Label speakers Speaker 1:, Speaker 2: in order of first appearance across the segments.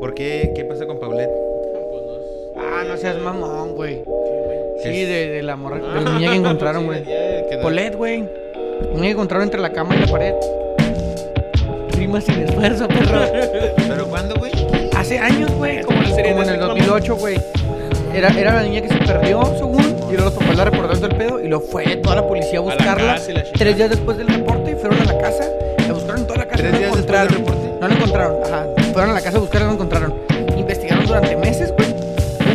Speaker 1: ¿Por qué? ¿Qué pasa con Paulette?
Speaker 2: Ah, no seas mamón, güey. Sí,
Speaker 1: Es-
Speaker 2: de, de la morra. de la niña que encontraron, güey. Polet, güey. Una que encontraron entre la cama y la pared. Rima sin esfuerzo, perro.
Speaker 1: ¿Pero cuándo, güey?
Speaker 2: Hace años, güey. Como,
Speaker 3: ¿Cuál sería
Speaker 2: como en
Speaker 3: ese
Speaker 2: el
Speaker 3: mamón?
Speaker 2: 2008, güey. Era, era la niña que se perdió, según. Y luego los papás la reportaron del pedo. Y lo fue toda la policía a
Speaker 3: la
Speaker 2: buscarla.
Speaker 3: casa y la chingada.
Speaker 2: Tres días después del reporte, fueron a la casa. La buscaron en toda la casa.
Speaker 1: ¿Tres
Speaker 2: no la
Speaker 1: días después del
Speaker 2: encontraron.
Speaker 1: reporte?
Speaker 2: No la encontraron, ajá. Fueron a la casa a buscarla, no la encontraron. Investigaron durante meses, güey.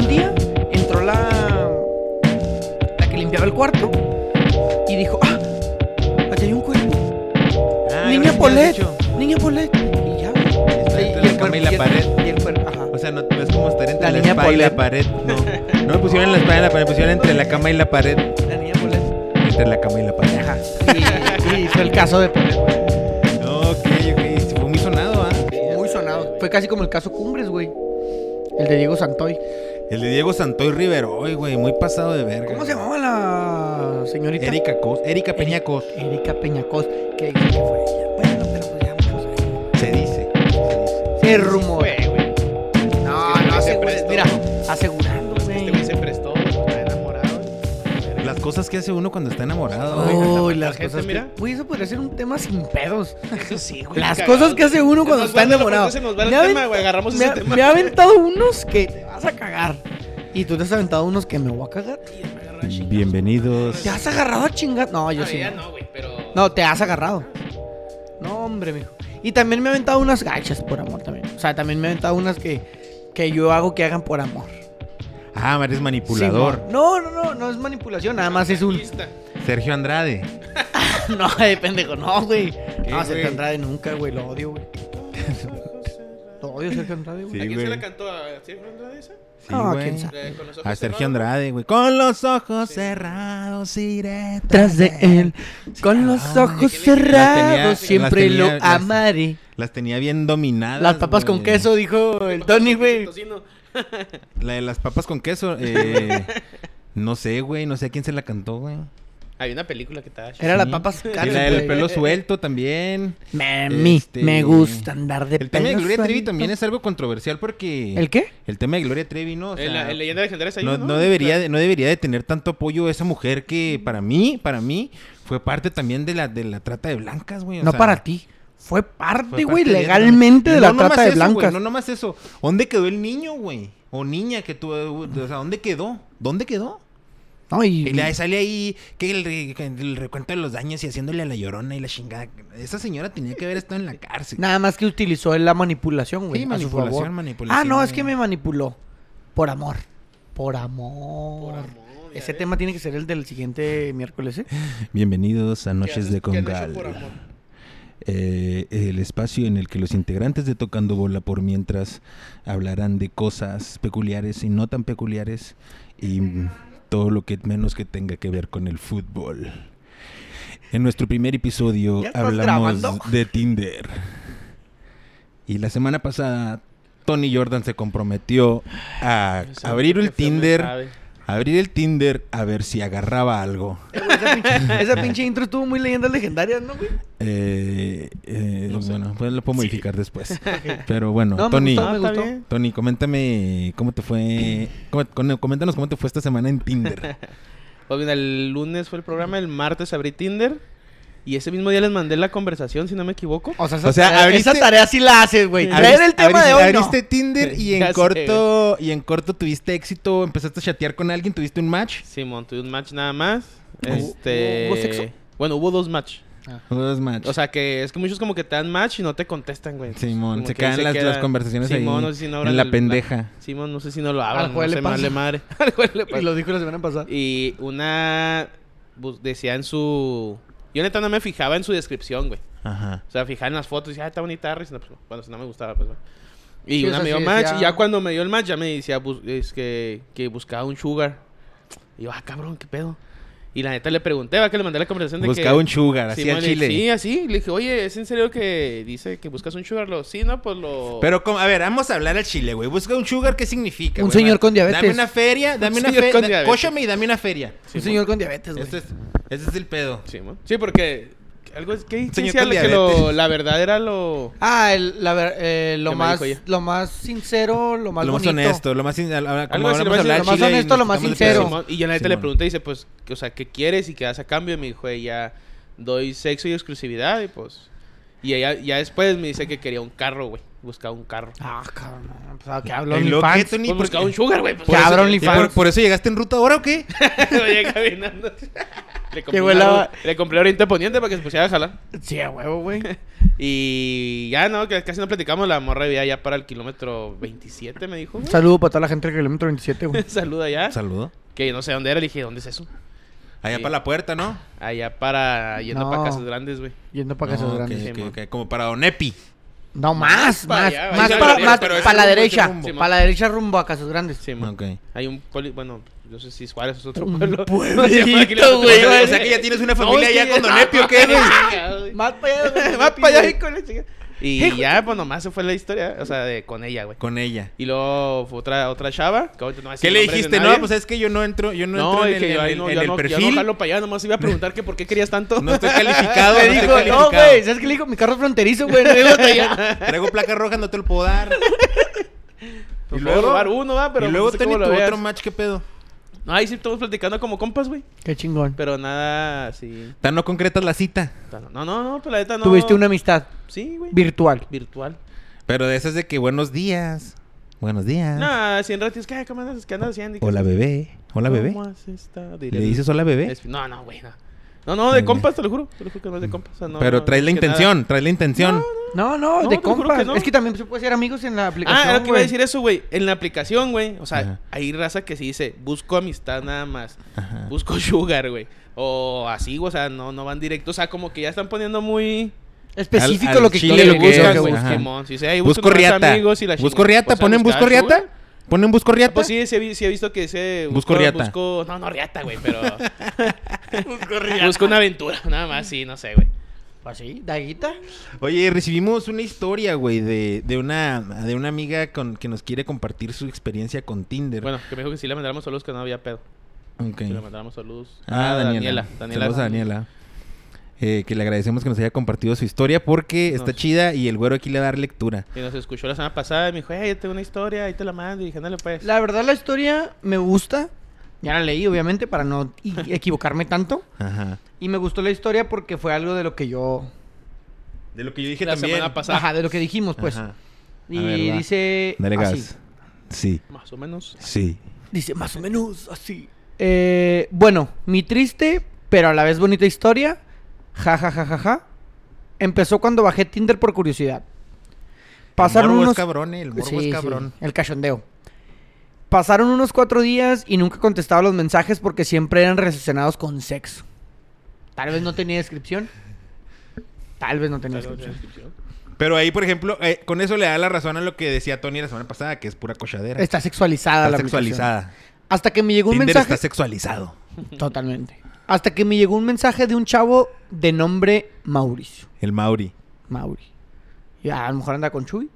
Speaker 2: Un día entró la. la que limpiaba el cuarto y dijo: ¡Ah! Aquí hay un cuerpo.
Speaker 1: Ah,
Speaker 2: niña Polet. Niña Polet. Y ya, güey.
Speaker 1: Está
Speaker 2: Y-
Speaker 1: entre
Speaker 2: y
Speaker 1: la
Speaker 2: el
Speaker 1: cama y la
Speaker 2: cuerpo-
Speaker 1: pared.
Speaker 2: el- Y el cuerpo, ajá.
Speaker 1: O sea, no, no es como estar entre
Speaker 2: La
Speaker 1: la,
Speaker 2: niña
Speaker 1: espalda y la pared.
Speaker 2: Paulette.
Speaker 1: No. No me pusieron en la espalda y la pared, me pusieron entre la cama y la pared.
Speaker 2: La niña Polet.
Speaker 1: Entre la cama y la pared.
Speaker 2: Ajá. Y, y fue el caso de Polet, güey.
Speaker 1: No, ok, ok. Se Fue muy sonado, ¿ah?
Speaker 2: Muy sonado. Fue casi como el caso Cumbres, güey. El de Diego Santoy.
Speaker 1: El de Diego Santoy Riveroy, güey. Muy pasado de verga.
Speaker 2: ¿Cómo se llamaba la señorita?
Speaker 1: Erika Cos. Erika Peña Cos.
Speaker 2: Erika Peñacos, que dice que fue ella. Bueno, pero pues ya muchos años.
Speaker 1: Se dice. se dice.
Speaker 2: Se rumor.
Speaker 3: güey.
Speaker 2: No,
Speaker 3: Es que
Speaker 2: no,
Speaker 3: se
Speaker 2: asegu-
Speaker 3: prestó.
Speaker 2: mira, asegurando,
Speaker 3: Este güey
Speaker 2: güey.
Speaker 3: se prestó, güey, está enamorado.
Speaker 1: Las cosas que hace uno cuando está enamorado. güey.
Speaker 2: Uy,
Speaker 3: la
Speaker 2: las
Speaker 3: gente,
Speaker 2: cosas que...
Speaker 3: mira.
Speaker 2: Uy, eso podría ser un tema sin pedos.
Speaker 3: Eso sí, güey.
Speaker 2: Las cosas que hace uno cuando está enamorado.
Speaker 3: Se nos va el
Speaker 2: Me ha
Speaker 3: tema,
Speaker 2: avent-
Speaker 3: güey. Agarramos
Speaker 2: Me,
Speaker 3: ese
Speaker 2: ha-
Speaker 3: tema.
Speaker 2: me ha aventado unos que te vas a cagar. Y tú te has aventado unos que me voy a cagar.
Speaker 1: Bienvenidos.
Speaker 2: ¿Te has agarrado a chingar? No, yo
Speaker 3: Ah,
Speaker 2: sí.
Speaker 3: ya
Speaker 2: no.
Speaker 3: no, güey, pero.
Speaker 2: No, te has agarrado. No, hombre, mijo. Y también me he aventado unas gachas por amor también. O sea, también me he aventado unas que, que yo hago que hagan por amor.
Speaker 1: Ah, eres manipulador.
Speaker 2: Simón. no, no, no, no es manipulación, nada más es un.
Speaker 3: Lista.
Speaker 1: Sergio Andrade.
Speaker 2: No, de pendejo, no, güey. No,
Speaker 1: güey?
Speaker 2: Sergio Andrade nunca, güey, lo odio, güey. Lo odio, Sergio Andrade, güey.
Speaker 3: ¿A quién
Speaker 1: güey.
Speaker 3: se la cantó? ¿A Steve Andrade esa?
Speaker 1: Sí,
Speaker 2: No,
Speaker 1: güey.
Speaker 2: quién sabe.
Speaker 3: Eh, con los ojos
Speaker 1: A Sergio
Speaker 3: cerrados.
Speaker 1: Andrade, güey. Con los ojos cerrados iré
Speaker 2: Tras de él, con los
Speaker 1: Ah,
Speaker 2: ojos
Speaker 3: ¿quién le-
Speaker 2: cerrados,
Speaker 1: las tenía-
Speaker 2: siempre
Speaker 1: las
Speaker 2: lo
Speaker 1: tenía- las-
Speaker 2: amaré.
Speaker 1: Las tenía bien dominadas.
Speaker 2: Las papas con
Speaker 1: güey.
Speaker 2: queso, dijo el Tony, güey.
Speaker 3: Tocino.
Speaker 1: La de las papas con queso. eh, no sé, güey. No sé a quién se la cantó, güey.
Speaker 3: Hay una película que está.
Speaker 2: Era las
Speaker 1: Sí.
Speaker 2: papas con
Speaker 1: Y la del
Speaker 2: queso, güey.
Speaker 1: pelo suelto también.
Speaker 2: Mami,
Speaker 1: Este,
Speaker 2: me gusta andar de
Speaker 1: El tema de
Speaker 2: pelo
Speaker 1: Gloria Trevi
Speaker 2: suelto.
Speaker 1: también es algo controversial porque.
Speaker 2: ¿El qué?
Speaker 1: El tema de Gloria Trevi, ¿no? O
Speaker 3: En
Speaker 1: sea,
Speaker 3: Eh, la en leyenda legendaria es ahí,
Speaker 1: no, no debería de, no debería de tener tanto apoyo esa mujer que para mí, para mí, fue parte también de la, de la trata de blancas, güey. o
Speaker 2: No
Speaker 1: sea,
Speaker 2: para ti.
Speaker 1: fue
Speaker 2: Fue parte, güey,
Speaker 1: parte
Speaker 2: legalmente de la
Speaker 1: No, nomás
Speaker 2: trata de
Speaker 1: eso, güey,
Speaker 2: blancas.
Speaker 1: no nomás eso. ¿Dónde quedó el niño, güey? O niña que tú, o sea, ¿dónde quedó? ¿Dónde quedó?
Speaker 2: No, y-
Speaker 1: Y le sale ahí que el, re- que el recuento de los daños y haciéndole a la llorona y la chingada. Esa señora tenía que haber estado en la cárcel.
Speaker 2: Nada más que utilizó la manipulación, güey.
Speaker 1: Sí,
Speaker 2: a su
Speaker 1: manipulación,
Speaker 2: favor.
Speaker 1: manipulación,
Speaker 2: Ah, no, es
Speaker 1: güey.
Speaker 2: que me manipuló. Por amor. Por amor.
Speaker 3: Por amor, eh. ya
Speaker 2: Ese
Speaker 3: ves.
Speaker 2: tema tiene que ser el del siguiente miércoles, ¿eh?
Speaker 1: Bienvenidos a Noches de
Speaker 3: Congal.
Speaker 1: Congal. eh, el espacio en el que los integrantes de Tocando Bola por mientras hablarán de cosas peculiares y no tan peculiares y mm, todo lo que menos que tenga que ver con el fútbol. En nuestro primer episodio
Speaker 2: ¿Ya estás
Speaker 1: hablamos
Speaker 2: grabando?
Speaker 1: de Tinder. Y la semana pasada Tony Jordan se comprometió a abrir el Tinder, abrir el Tinder a ver si agarraba algo.
Speaker 2: Esa pinche, esa pinche intro estuvo muy leyendas legendarias, ¿no, güey?
Speaker 1: Eh, eh,
Speaker 3: No sé.
Speaker 1: Bueno, pues lo puedo modificar después. Pero bueno,
Speaker 2: No, me
Speaker 1: Tony,
Speaker 2: gustó, me
Speaker 3: Ah, está
Speaker 2: gustó.
Speaker 3: bien.
Speaker 1: Tony, coméntame cómo te fue. cómo- con- coméntanos cómo te fue esta semana en Tinder.
Speaker 3: Pues bien, el lunes fue el programa, el martes abrí Tinder. Y ese mismo día les mandé la conversación, si no me equivoco.
Speaker 2: O sea, esa,
Speaker 1: O sea,
Speaker 2: esa
Speaker 1: abriste-
Speaker 2: tarea sí la haces, güey. Traer el tema
Speaker 1: abriste-
Speaker 2: de hoy, no.
Speaker 1: abriste Tinder y
Speaker 3: Ya
Speaker 1: en
Speaker 3: sé,
Speaker 1: corto y en corto tuviste éxito, empezaste a chatear con alguien, tuviste un match.
Speaker 3: Simón, tuve un match nada más.
Speaker 1: ¿Hubo-
Speaker 3: Este...
Speaker 2: hubo sexo?
Speaker 3: Bueno, hubo dos match.
Speaker 1: Dos match.
Speaker 3: O sea, que es que muchos como que te dan match y no te contestan, güey.
Speaker 1: Simón,
Speaker 3: Como
Speaker 1: se
Speaker 3: que ahí
Speaker 1: quedan las, las
Speaker 3: queda.
Speaker 1: conversaciones
Speaker 3: Simón,
Speaker 1: ahí
Speaker 3: no sé si no
Speaker 1: en
Speaker 3: abran
Speaker 1: la
Speaker 3: el-
Speaker 1: pendeja.
Speaker 3: Simón, no sé si no lo
Speaker 2: Al
Speaker 3: hablan. No
Speaker 2: juez le
Speaker 3: sé, me
Speaker 2: pasa.
Speaker 3: vale madre. Al juez le pasa.
Speaker 2: Y Pues lo dijo la semana pasada.
Speaker 3: Y una... pues, decía en su... Yo neta no me fijaba en su descripción, güey.
Speaker 1: Ajá.
Speaker 3: O sea, fijaba en las fotos y decía, ah, está bonita Harris. No, pues, bueno, si no me gustaba, pues, bueno. Y
Speaker 2: Sí, o
Speaker 3: una
Speaker 2: sea,
Speaker 3: me
Speaker 2: sí
Speaker 3: dio match.
Speaker 2: decía-
Speaker 3: Y ya cuando me dio el match, ya me decía bus- es que, que buscaba un sugar. Y yo, ah, cabrón, qué pedo. Y la neta le pregunté, va que le mandé la conversación de
Speaker 1: Buscaba
Speaker 3: que...
Speaker 1: un sugar, así
Speaker 3: Simón,
Speaker 1: al
Speaker 3: le-
Speaker 1: chile.
Speaker 3: Sí, así. Le dije, oye, ¿es en serio que dice que buscas un sugar? Lo, sí, no, pues lo...
Speaker 1: Pero, como- a ver, vamos a hablar al chile, güey. Busca un sugar, ¿qué significa?
Speaker 2: Un
Speaker 1: güey?
Speaker 2: señor con diabetes.
Speaker 1: Dame una feria, dame una
Speaker 3: señor con
Speaker 1: feria.
Speaker 3: diabetes.
Speaker 1: Cóchame y dame una feria.
Speaker 2: Un señor con diabetes, Pues, güey.
Speaker 1: Este es, este es el pedo.
Speaker 3: Sí, mo- sí, porque Algo es que
Speaker 1: Señor
Speaker 3: decía
Speaker 1: con
Speaker 3: que
Speaker 1: diabetes.
Speaker 3: lo- la verdad era lo.
Speaker 2: Ah, el- la ver- eh, lo,
Speaker 3: Que me
Speaker 2: más,
Speaker 3: dijo ella.
Speaker 2: lo más sincero, lo más
Speaker 1: lo más
Speaker 2: bonito.
Speaker 1: honesto, lo más sin- ahora- como
Speaker 3: Algo así,
Speaker 1: hablamos
Speaker 3: lo más-
Speaker 1: de hablar
Speaker 3: lo
Speaker 1: de
Speaker 2: más
Speaker 1: Chile y
Speaker 2: honesto,
Speaker 1: nos
Speaker 2: lo más
Speaker 1: quitamos de
Speaker 2: sincero.
Speaker 1: pedo.
Speaker 3: Simón, pues, y yo la neta le
Speaker 4: Simón.
Speaker 3: pregunté, dice, pues, que, o sea, ¿qué quieres y qué das a cambio? Y me dijo, ella, doy sexo y exclusividad, y pues. Y ella, ya después me dice que quería un carro, güey. Buscaba un carro.
Speaker 2: Ah, cabrón. Pues, ah, que hablo
Speaker 1: ¿Y
Speaker 2: mi
Speaker 1: lo
Speaker 2: fan.
Speaker 1: que, Tony?
Speaker 3: Pues
Speaker 1: ¿Por
Speaker 3: buscaba
Speaker 1: qué?
Speaker 3: un sugar, güey. Pues,
Speaker 2: Que
Speaker 3: por eso
Speaker 2: abra
Speaker 3: que-
Speaker 2: un
Speaker 1: ¿Y por, por eso llegaste en ruta ahora o qué?
Speaker 3: Vaya caminando. Le compré,
Speaker 2: Llegó
Speaker 3: un
Speaker 2: la-
Speaker 3: árbol- le compré Oriente Poniente para que se pusiera a jalar.
Speaker 2: Sí, a huevo, güey.
Speaker 3: Y ya no, que casi no platicamos. La morra vivía ya para el kilómetro 27, me dijo.
Speaker 2: Un
Speaker 3: güey.
Speaker 2: saludo para toda la gente del kilómetro 27, güey.
Speaker 3: Saluda ya.
Speaker 4: Saludo.
Speaker 3: que no sé dónde era. Le dije, ¿dónde es eso?
Speaker 1: Allá
Speaker 3: Sí.
Speaker 1: para la puerta, ¿no?
Speaker 3: Allá para. Yendo
Speaker 2: No.
Speaker 3: para casas grandes, güey.
Speaker 2: Yendo para
Speaker 1: No,
Speaker 2: Casas
Speaker 1: ok,
Speaker 2: Grandes.
Speaker 1: ok,
Speaker 3: Simón.
Speaker 1: ok, Como para Onepi.
Speaker 2: No, más,
Speaker 3: para
Speaker 2: más.
Speaker 3: allá,
Speaker 2: más
Speaker 3: ahí
Speaker 2: para,
Speaker 3: sale,
Speaker 2: más
Speaker 1: pero ese
Speaker 2: para la
Speaker 1: rumbo, ese
Speaker 2: derecha.
Speaker 1: rumbo.
Speaker 2: Para la derecha rumbo a Casas Grandes.
Speaker 3: Sí, mo.
Speaker 4: Ok.
Speaker 3: Hay un poli. Bueno, yo sé si Suárez es otro
Speaker 2: Un
Speaker 3: pueblo.
Speaker 2: pueblito,
Speaker 3: No se llama aquí la-
Speaker 2: güey,
Speaker 1: o sea, o sea que ya tienes una familia allá con Don Epi, ¿o qué, güey?
Speaker 3: güey?
Speaker 2: Más para allá.
Speaker 3: Más para allá y con la chica. Y ya, pues nomás se fue la historia. O sea, de, con ella, güey.
Speaker 1: Con ella.
Speaker 3: Y luego fue otra, otra chava. Que ahorita no voy a decir
Speaker 1: ¿Qué le
Speaker 3: nombres de
Speaker 1: dijiste?
Speaker 3: nadie.
Speaker 1: No, pues es que yo no entro, yo no,
Speaker 3: No,
Speaker 1: entro en
Speaker 3: dije
Speaker 1: el,
Speaker 3: yo
Speaker 1: en
Speaker 3: ahí
Speaker 1: el-
Speaker 3: no,
Speaker 1: en
Speaker 3: ya
Speaker 1: el
Speaker 3: no, perfil.
Speaker 1: perfil.
Speaker 3: jalo para allá, nomás iba a preguntar que por qué querías tanto.
Speaker 1: No estoy calificado, no
Speaker 2: Le
Speaker 1: estoy
Speaker 2: dijo,
Speaker 1: calificado.
Speaker 2: no, güey. ¿Sabes qué le dijo? Mi carro es fronterizo, güey. No llego hasta allá.
Speaker 3: pues".
Speaker 1: Traigo placa roja, no te lo puedo dar.
Speaker 3: y luego robar uno, ¿va? Pero
Speaker 1: y luego
Speaker 3: no sé
Speaker 1: Tony,
Speaker 3: cómo lo
Speaker 1: tu
Speaker 3: veas.
Speaker 1: otro match, ¿qué pedo?
Speaker 3: No, ahí sí estamos platicando como compas, güey.
Speaker 2: Qué chingón.
Speaker 3: Pero nada así.
Speaker 1: Tan no concretas la cita.
Speaker 3: No, no, no, pues la neta no.
Speaker 2: Tuviste una amistad
Speaker 3: Sí, güey.
Speaker 2: virtual.
Speaker 3: virtual.
Speaker 1: Pero de esas de que buenos días. Buenos días.
Speaker 3: No, si en ratio es que, "Ay, ¿cómo andas? ¿Qué andas haciendo? ¿Y qué
Speaker 4: Hola,
Speaker 3: haces?
Speaker 4: bebé. Hola, bebé.
Speaker 3: ¿Cómo has estado?
Speaker 4: ¿Le
Speaker 3: Diría el-
Speaker 4: dices hola, bebé?
Speaker 3: es- No, no, güey. No, no, no, de
Speaker 4: Bebé.
Speaker 3: compas, te lo juro. Te lo juro que no es de compas. o sea, no,
Speaker 1: Pero
Speaker 3: no,
Speaker 1: traes la
Speaker 3: es que nada.
Speaker 1: intención, traes la intención.
Speaker 2: No, no,
Speaker 3: No,
Speaker 2: de
Speaker 3: te juro
Speaker 2: compas.
Speaker 3: que no.
Speaker 2: Es que también se puede ser amigos en la aplicación.
Speaker 3: Ah, era lo que iba a
Speaker 2: güey.
Speaker 3: decir eso, güey. En la aplicación, güey. O sea,
Speaker 4: Ajá.
Speaker 3: hay raza que sí dice, busco amistad nada más.
Speaker 1: Ah.
Speaker 4: Ajá.
Speaker 3: Busco sugar, güey. O así, o sea, no, no van directo. O sea, como que ya están poniendo muy...
Speaker 2: Específico
Speaker 1: Al- al
Speaker 2: lo que
Speaker 1: chile
Speaker 2: quiere,
Speaker 1: lo
Speaker 2: lo
Speaker 1: que
Speaker 2: que
Speaker 1: buscan,
Speaker 2: busca,
Speaker 1: güey.
Speaker 2: güey.
Speaker 1: Ajá.
Speaker 3: Simón. Sí, sí, ahí busco
Speaker 1: Busco
Speaker 3: unos
Speaker 1: riata.
Speaker 3: amigos y la
Speaker 1: Busco
Speaker 3: chingada.
Speaker 1: riata,
Speaker 3: O sea,
Speaker 1: ponen busco
Speaker 3: buscaban
Speaker 1: riata.
Speaker 3: sugar.
Speaker 1: Ponen busco riata.
Speaker 3: Ah, Pues sí, sí, he vi- sí he visto que se...
Speaker 1: Busco riata.
Speaker 3: Busco... No, no, riata, güey, pero... busco riata. Busco una aventura, nada más, sí, no sé, güey.
Speaker 2: Así, daguita.
Speaker 1: Oye, recibimos una historia, güey, de, de una de una amiga con que nos quiere compartir su experiencia con Tinder.
Speaker 3: Bueno, que me dijo que si le mandáramos saludos que no había pedo.
Speaker 1: Ok.
Speaker 3: Que le mandáramos saludos.
Speaker 1: Ah, Daniela.
Speaker 3: Daniela.
Speaker 1: Saludos a Daniela. Eh, que le agradecemos que nos haya compartido su historia porque está
Speaker 3: Nos-
Speaker 1: chida y el güero aquí le va a dar lectura.
Speaker 3: Y nos escuchó la semana pasada y me dijo, hey, yo tengo una historia, ahí te la mando. Y dije, pues". no le puedes.
Speaker 2: La verdad, la historia me gusta. Ya la leí, obviamente, para no i- equivocarme tanto.
Speaker 1: Ajá.
Speaker 2: Y me gustó la historia porque fue algo de lo que yo.
Speaker 1: De lo que yo dije
Speaker 3: La
Speaker 1: también.
Speaker 3: semana pasada.
Speaker 2: Ajá, de lo que dijimos, pues.
Speaker 1: Ajá.
Speaker 2: Y
Speaker 1: A ver, va.
Speaker 2: dice.
Speaker 4: Dale
Speaker 2: así.
Speaker 4: gas. Sí,
Speaker 3: Más o menos.
Speaker 4: sí.
Speaker 2: Dice más o menos así. Eh, bueno, mi triste, pero a la vez bonita historia. Ja, ja, ja, ja, ja. Empezó cuando bajé Tinder por curiosidad.
Speaker 1: el
Speaker 2: Pasaron
Speaker 1: morbo
Speaker 2: unos.
Speaker 1: es cabrón, eh, el morbo
Speaker 2: Sí,
Speaker 1: es
Speaker 2: sí,
Speaker 1: cabrón.
Speaker 2: el cachondeo. Pasaron unos cuatro días y nunca contestaba los mensajes porque siempre eran relacionados con sexo. Tal vez no tenía descripción. Tal vez no tenía descripción.
Speaker 1: Pero ahí, por ejemplo, eh, con eso le da la razón a lo que decía Tony la semana pasada, que es pura cochadera.
Speaker 2: Está sexualizada
Speaker 1: Está
Speaker 2: la aplicación.
Speaker 1: sexualizada.
Speaker 2: Hasta que me llegó un
Speaker 1: Tinder
Speaker 2: mensaje.
Speaker 1: está sexualizado.
Speaker 2: Totalmente. Hasta que me llegó un mensaje de un chavo de nombre Mauricio.
Speaker 1: El Mauri.
Speaker 2: Mauri. Y a lo mejor anda con Chuy.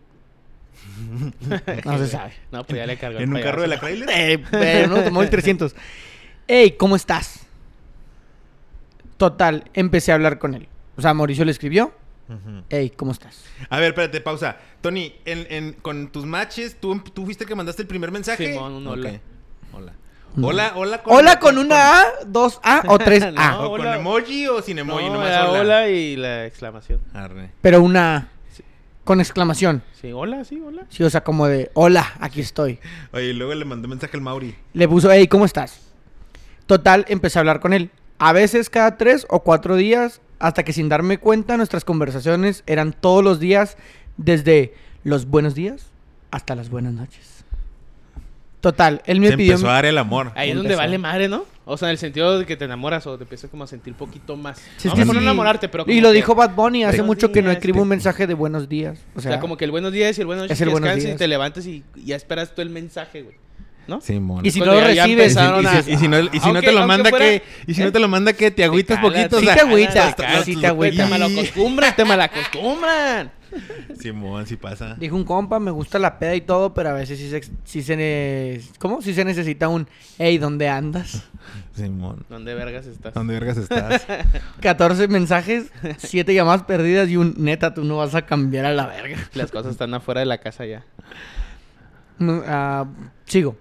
Speaker 2: No se sabe.
Speaker 3: No, pues ya le cargó el
Speaker 1: En un carro de la
Speaker 3: payaso.
Speaker 1: trailer.
Speaker 2: Eh, eh, no, tomó el 300. Ey, ¿cómo estás? Total, empecé a hablar con él. O sea, Mauricio le escribió. Ey, ¿cómo estás?
Speaker 1: A ver, espérate, pausa. Tony, en, en- con tus matches, ¿tú, tú fuiste el que mandaste el primer mensaje.
Speaker 3: Simón, un hola.
Speaker 1: Ok. Hola. Hola, hola
Speaker 2: Mm. Hola con una A, dos A o tres A.
Speaker 1: ¿O
Speaker 3: Hola.
Speaker 1: con emoji o sin
Speaker 3: No,
Speaker 1: emoji? nomás
Speaker 3: era
Speaker 1: hola.
Speaker 3: hola y la exclamación.
Speaker 1: Arre.
Speaker 2: Pero una A.
Speaker 3: Sí.
Speaker 2: Con exclamación.
Speaker 3: Sí, hola, sí, hola.
Speaker 2: Sí, o sea, como de, hola, aquí estoy.
Speaker 1: Oye, y luego le mandó mensaje al Mauri.
Speaker 2: Le puso, hey, ¿cómo estás? Total, empecé a hablar con él. A veces cada tres o cuatro días, hasta que sin darme cuenta nuestras conversaciones eran todos los días, desde los buenos días hasta las buenas noches. Total, él me
Speaker 1: Se
Speaker 2: pidió...
Speaker 1: empezó a dar el amor.
Speaker 3: Ahí es donde
Speaker 2: Empezó.
Speaker 3: vale madre, ¿no? O sea, en el sentido de que te enamoras o te empiezas como a sentir poquito más.
Speaker 2: Sí, es
Speaker 3: no,
Speaker 2: que
Speaker 3: por no
Speaker 2: sí.
Speaker 3: enamorarte, pero
Speaker 2: Y
Speaker 3: como
Speaker 2: lo
Speaker 3: que-
Speaker 2: dijo Bad Bunny hace
Speaker 3: Buenos
Speaker 2: mucho que no
Speaker 3: días,
Speaker 2: escribo
Speaker 4: te-
Speaker 2: un mensaje de buenos días. O
Speaker 3: O
Speaker 2: sea,
Speaker 3: sea, como que el buenos días y el buenos
Speaker 2: Es
Speaker 3: días
Speaker 2: el buenos
Speaker 3: descanses
Speaker 2: días.
Speaker 3: y te levantas y y ya esperas tú el mensaje, güey. ¿No?
Speaker 1: Simón.
Speaker 2: Y si
Speaker 3: Cuando
Speaker 2: no lo
Speaker 3: ya- ya
Speaker 2: recibes,
Speaker 3: empezaron
Speaker 1: Y si- y si- y si no, y si no
Speaker 3: Aunque-
Speaker 1: te lo
Speaker 3: aunque
Speaker 1: manda
Speaker 3: fuera-
Speaker 1: que y si no te lo manda que te agüitas
Speaker 3: calas,
Speaker 1: poquito,
Speaker 3: sí
Speaker 1: o sea,
Speaker 2: te agüitas,
Speaker 1: hasta-
Speaker 2: sí te
Speaker 1: hasta-
Speaker 3: Güey,
Speaker 2: agüitas.
Speaker 3: te malacostumbran, te malacostumbran.
Speaker 1: Simón, si pasa.
Speaker 2: Dijo un compa, me gusta la peda y todo, pero a veces sí se, sí se, ne- ¿cómo? Sí se necesita un, hey, ¿dónde andas?
Speaker 1: Simón.
Speaker 3: ¿Dónde vergas estás?
Speaker 1: ¿Dónde vergas estás?
Speaker 2: 14 mensajes, 7 llamadas perdidas y un, neta, tú no vas a cambiar a la verga.
Speaker 3: Las cosas están afuera de la casa ya.
Speaker 2: Mm, ah, sigo.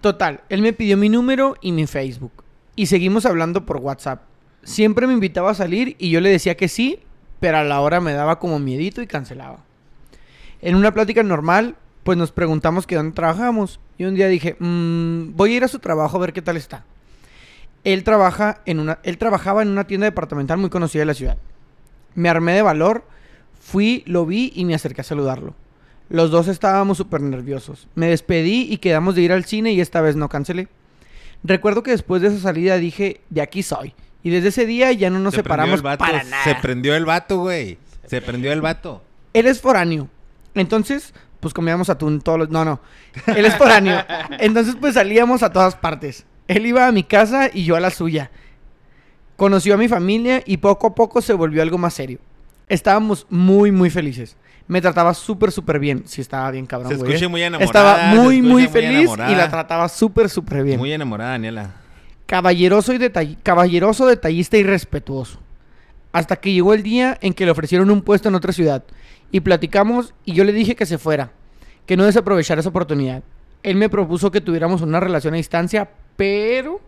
Speaker 2: Total, él me pidió mi número y mi Facebook. Y seguimos hablando por WhatsApp. Siempre me invitaba a salir y yo le decía que sí, pero a la hora me daba como miedito y cancelaba. En una plática normal, pues nos preguntamos que dónde trabajamos. Y un día dije, "Mm, voy a ir a su trabajo a ver qué tal está. Él, trabaja en una, él trabajaba en una tienda departamental muy conocida de la ciudad. Me armé de valor, fui, lo vi y me acerqué a saludarlo. Los dos estábamos súper nerviosos. Me despedí y quedamos de ir al cine y esta vez no cancelé. Recuerdo que después de esa salida dije, de aquí soy. Y desde ese día ya no nos
Speaker 1: Se prendió
Speaker 2: separamos
Speaker 1: el vato,
Speaker 2: para nada.
Speaker 1: Se prendió el vato, güey. Se prendió el vato.
Speaker 2: Él es foráneo. Entonces, pues comíamos atún todos los... No, no. Él es foráneo. Entonces, pues salíamos a todas partes. Él iba a mi casa y yo a la suya. Conoció a mi familia y poco a poco se volvió algo más serio. Estábamos muy, muy felices. Me trataba súper, súper bien. Sí, estaba bien cabrón,
Speaker 1: Se
Speaker 2: güey,
Speaker 1: escucha
Speaker 2: ¿eh?
Speaker 1: muy enamorada, se
Speaker 2: Estaba muy,
Speaker 1: escucha
Speaker 2: muy
Speaker 1: muy
Speaker 2: feliz y la
Speaker 1: enamorada.
Speaker 2: trataba súper, súper bien.
Speaker 1: Muy enamorada, Daniela.
Speaker 2: Caballeroso, y detall- caballeroso, detallista y respetuoso. Hasta que llegó el día en que le ofrecieron un puesto en otra ciudad. Y platicamos y yo le dije que se fuera, que no desaprovechara esa oportunidad. Él me propuso que tuviéramos una relación a distancia, pero...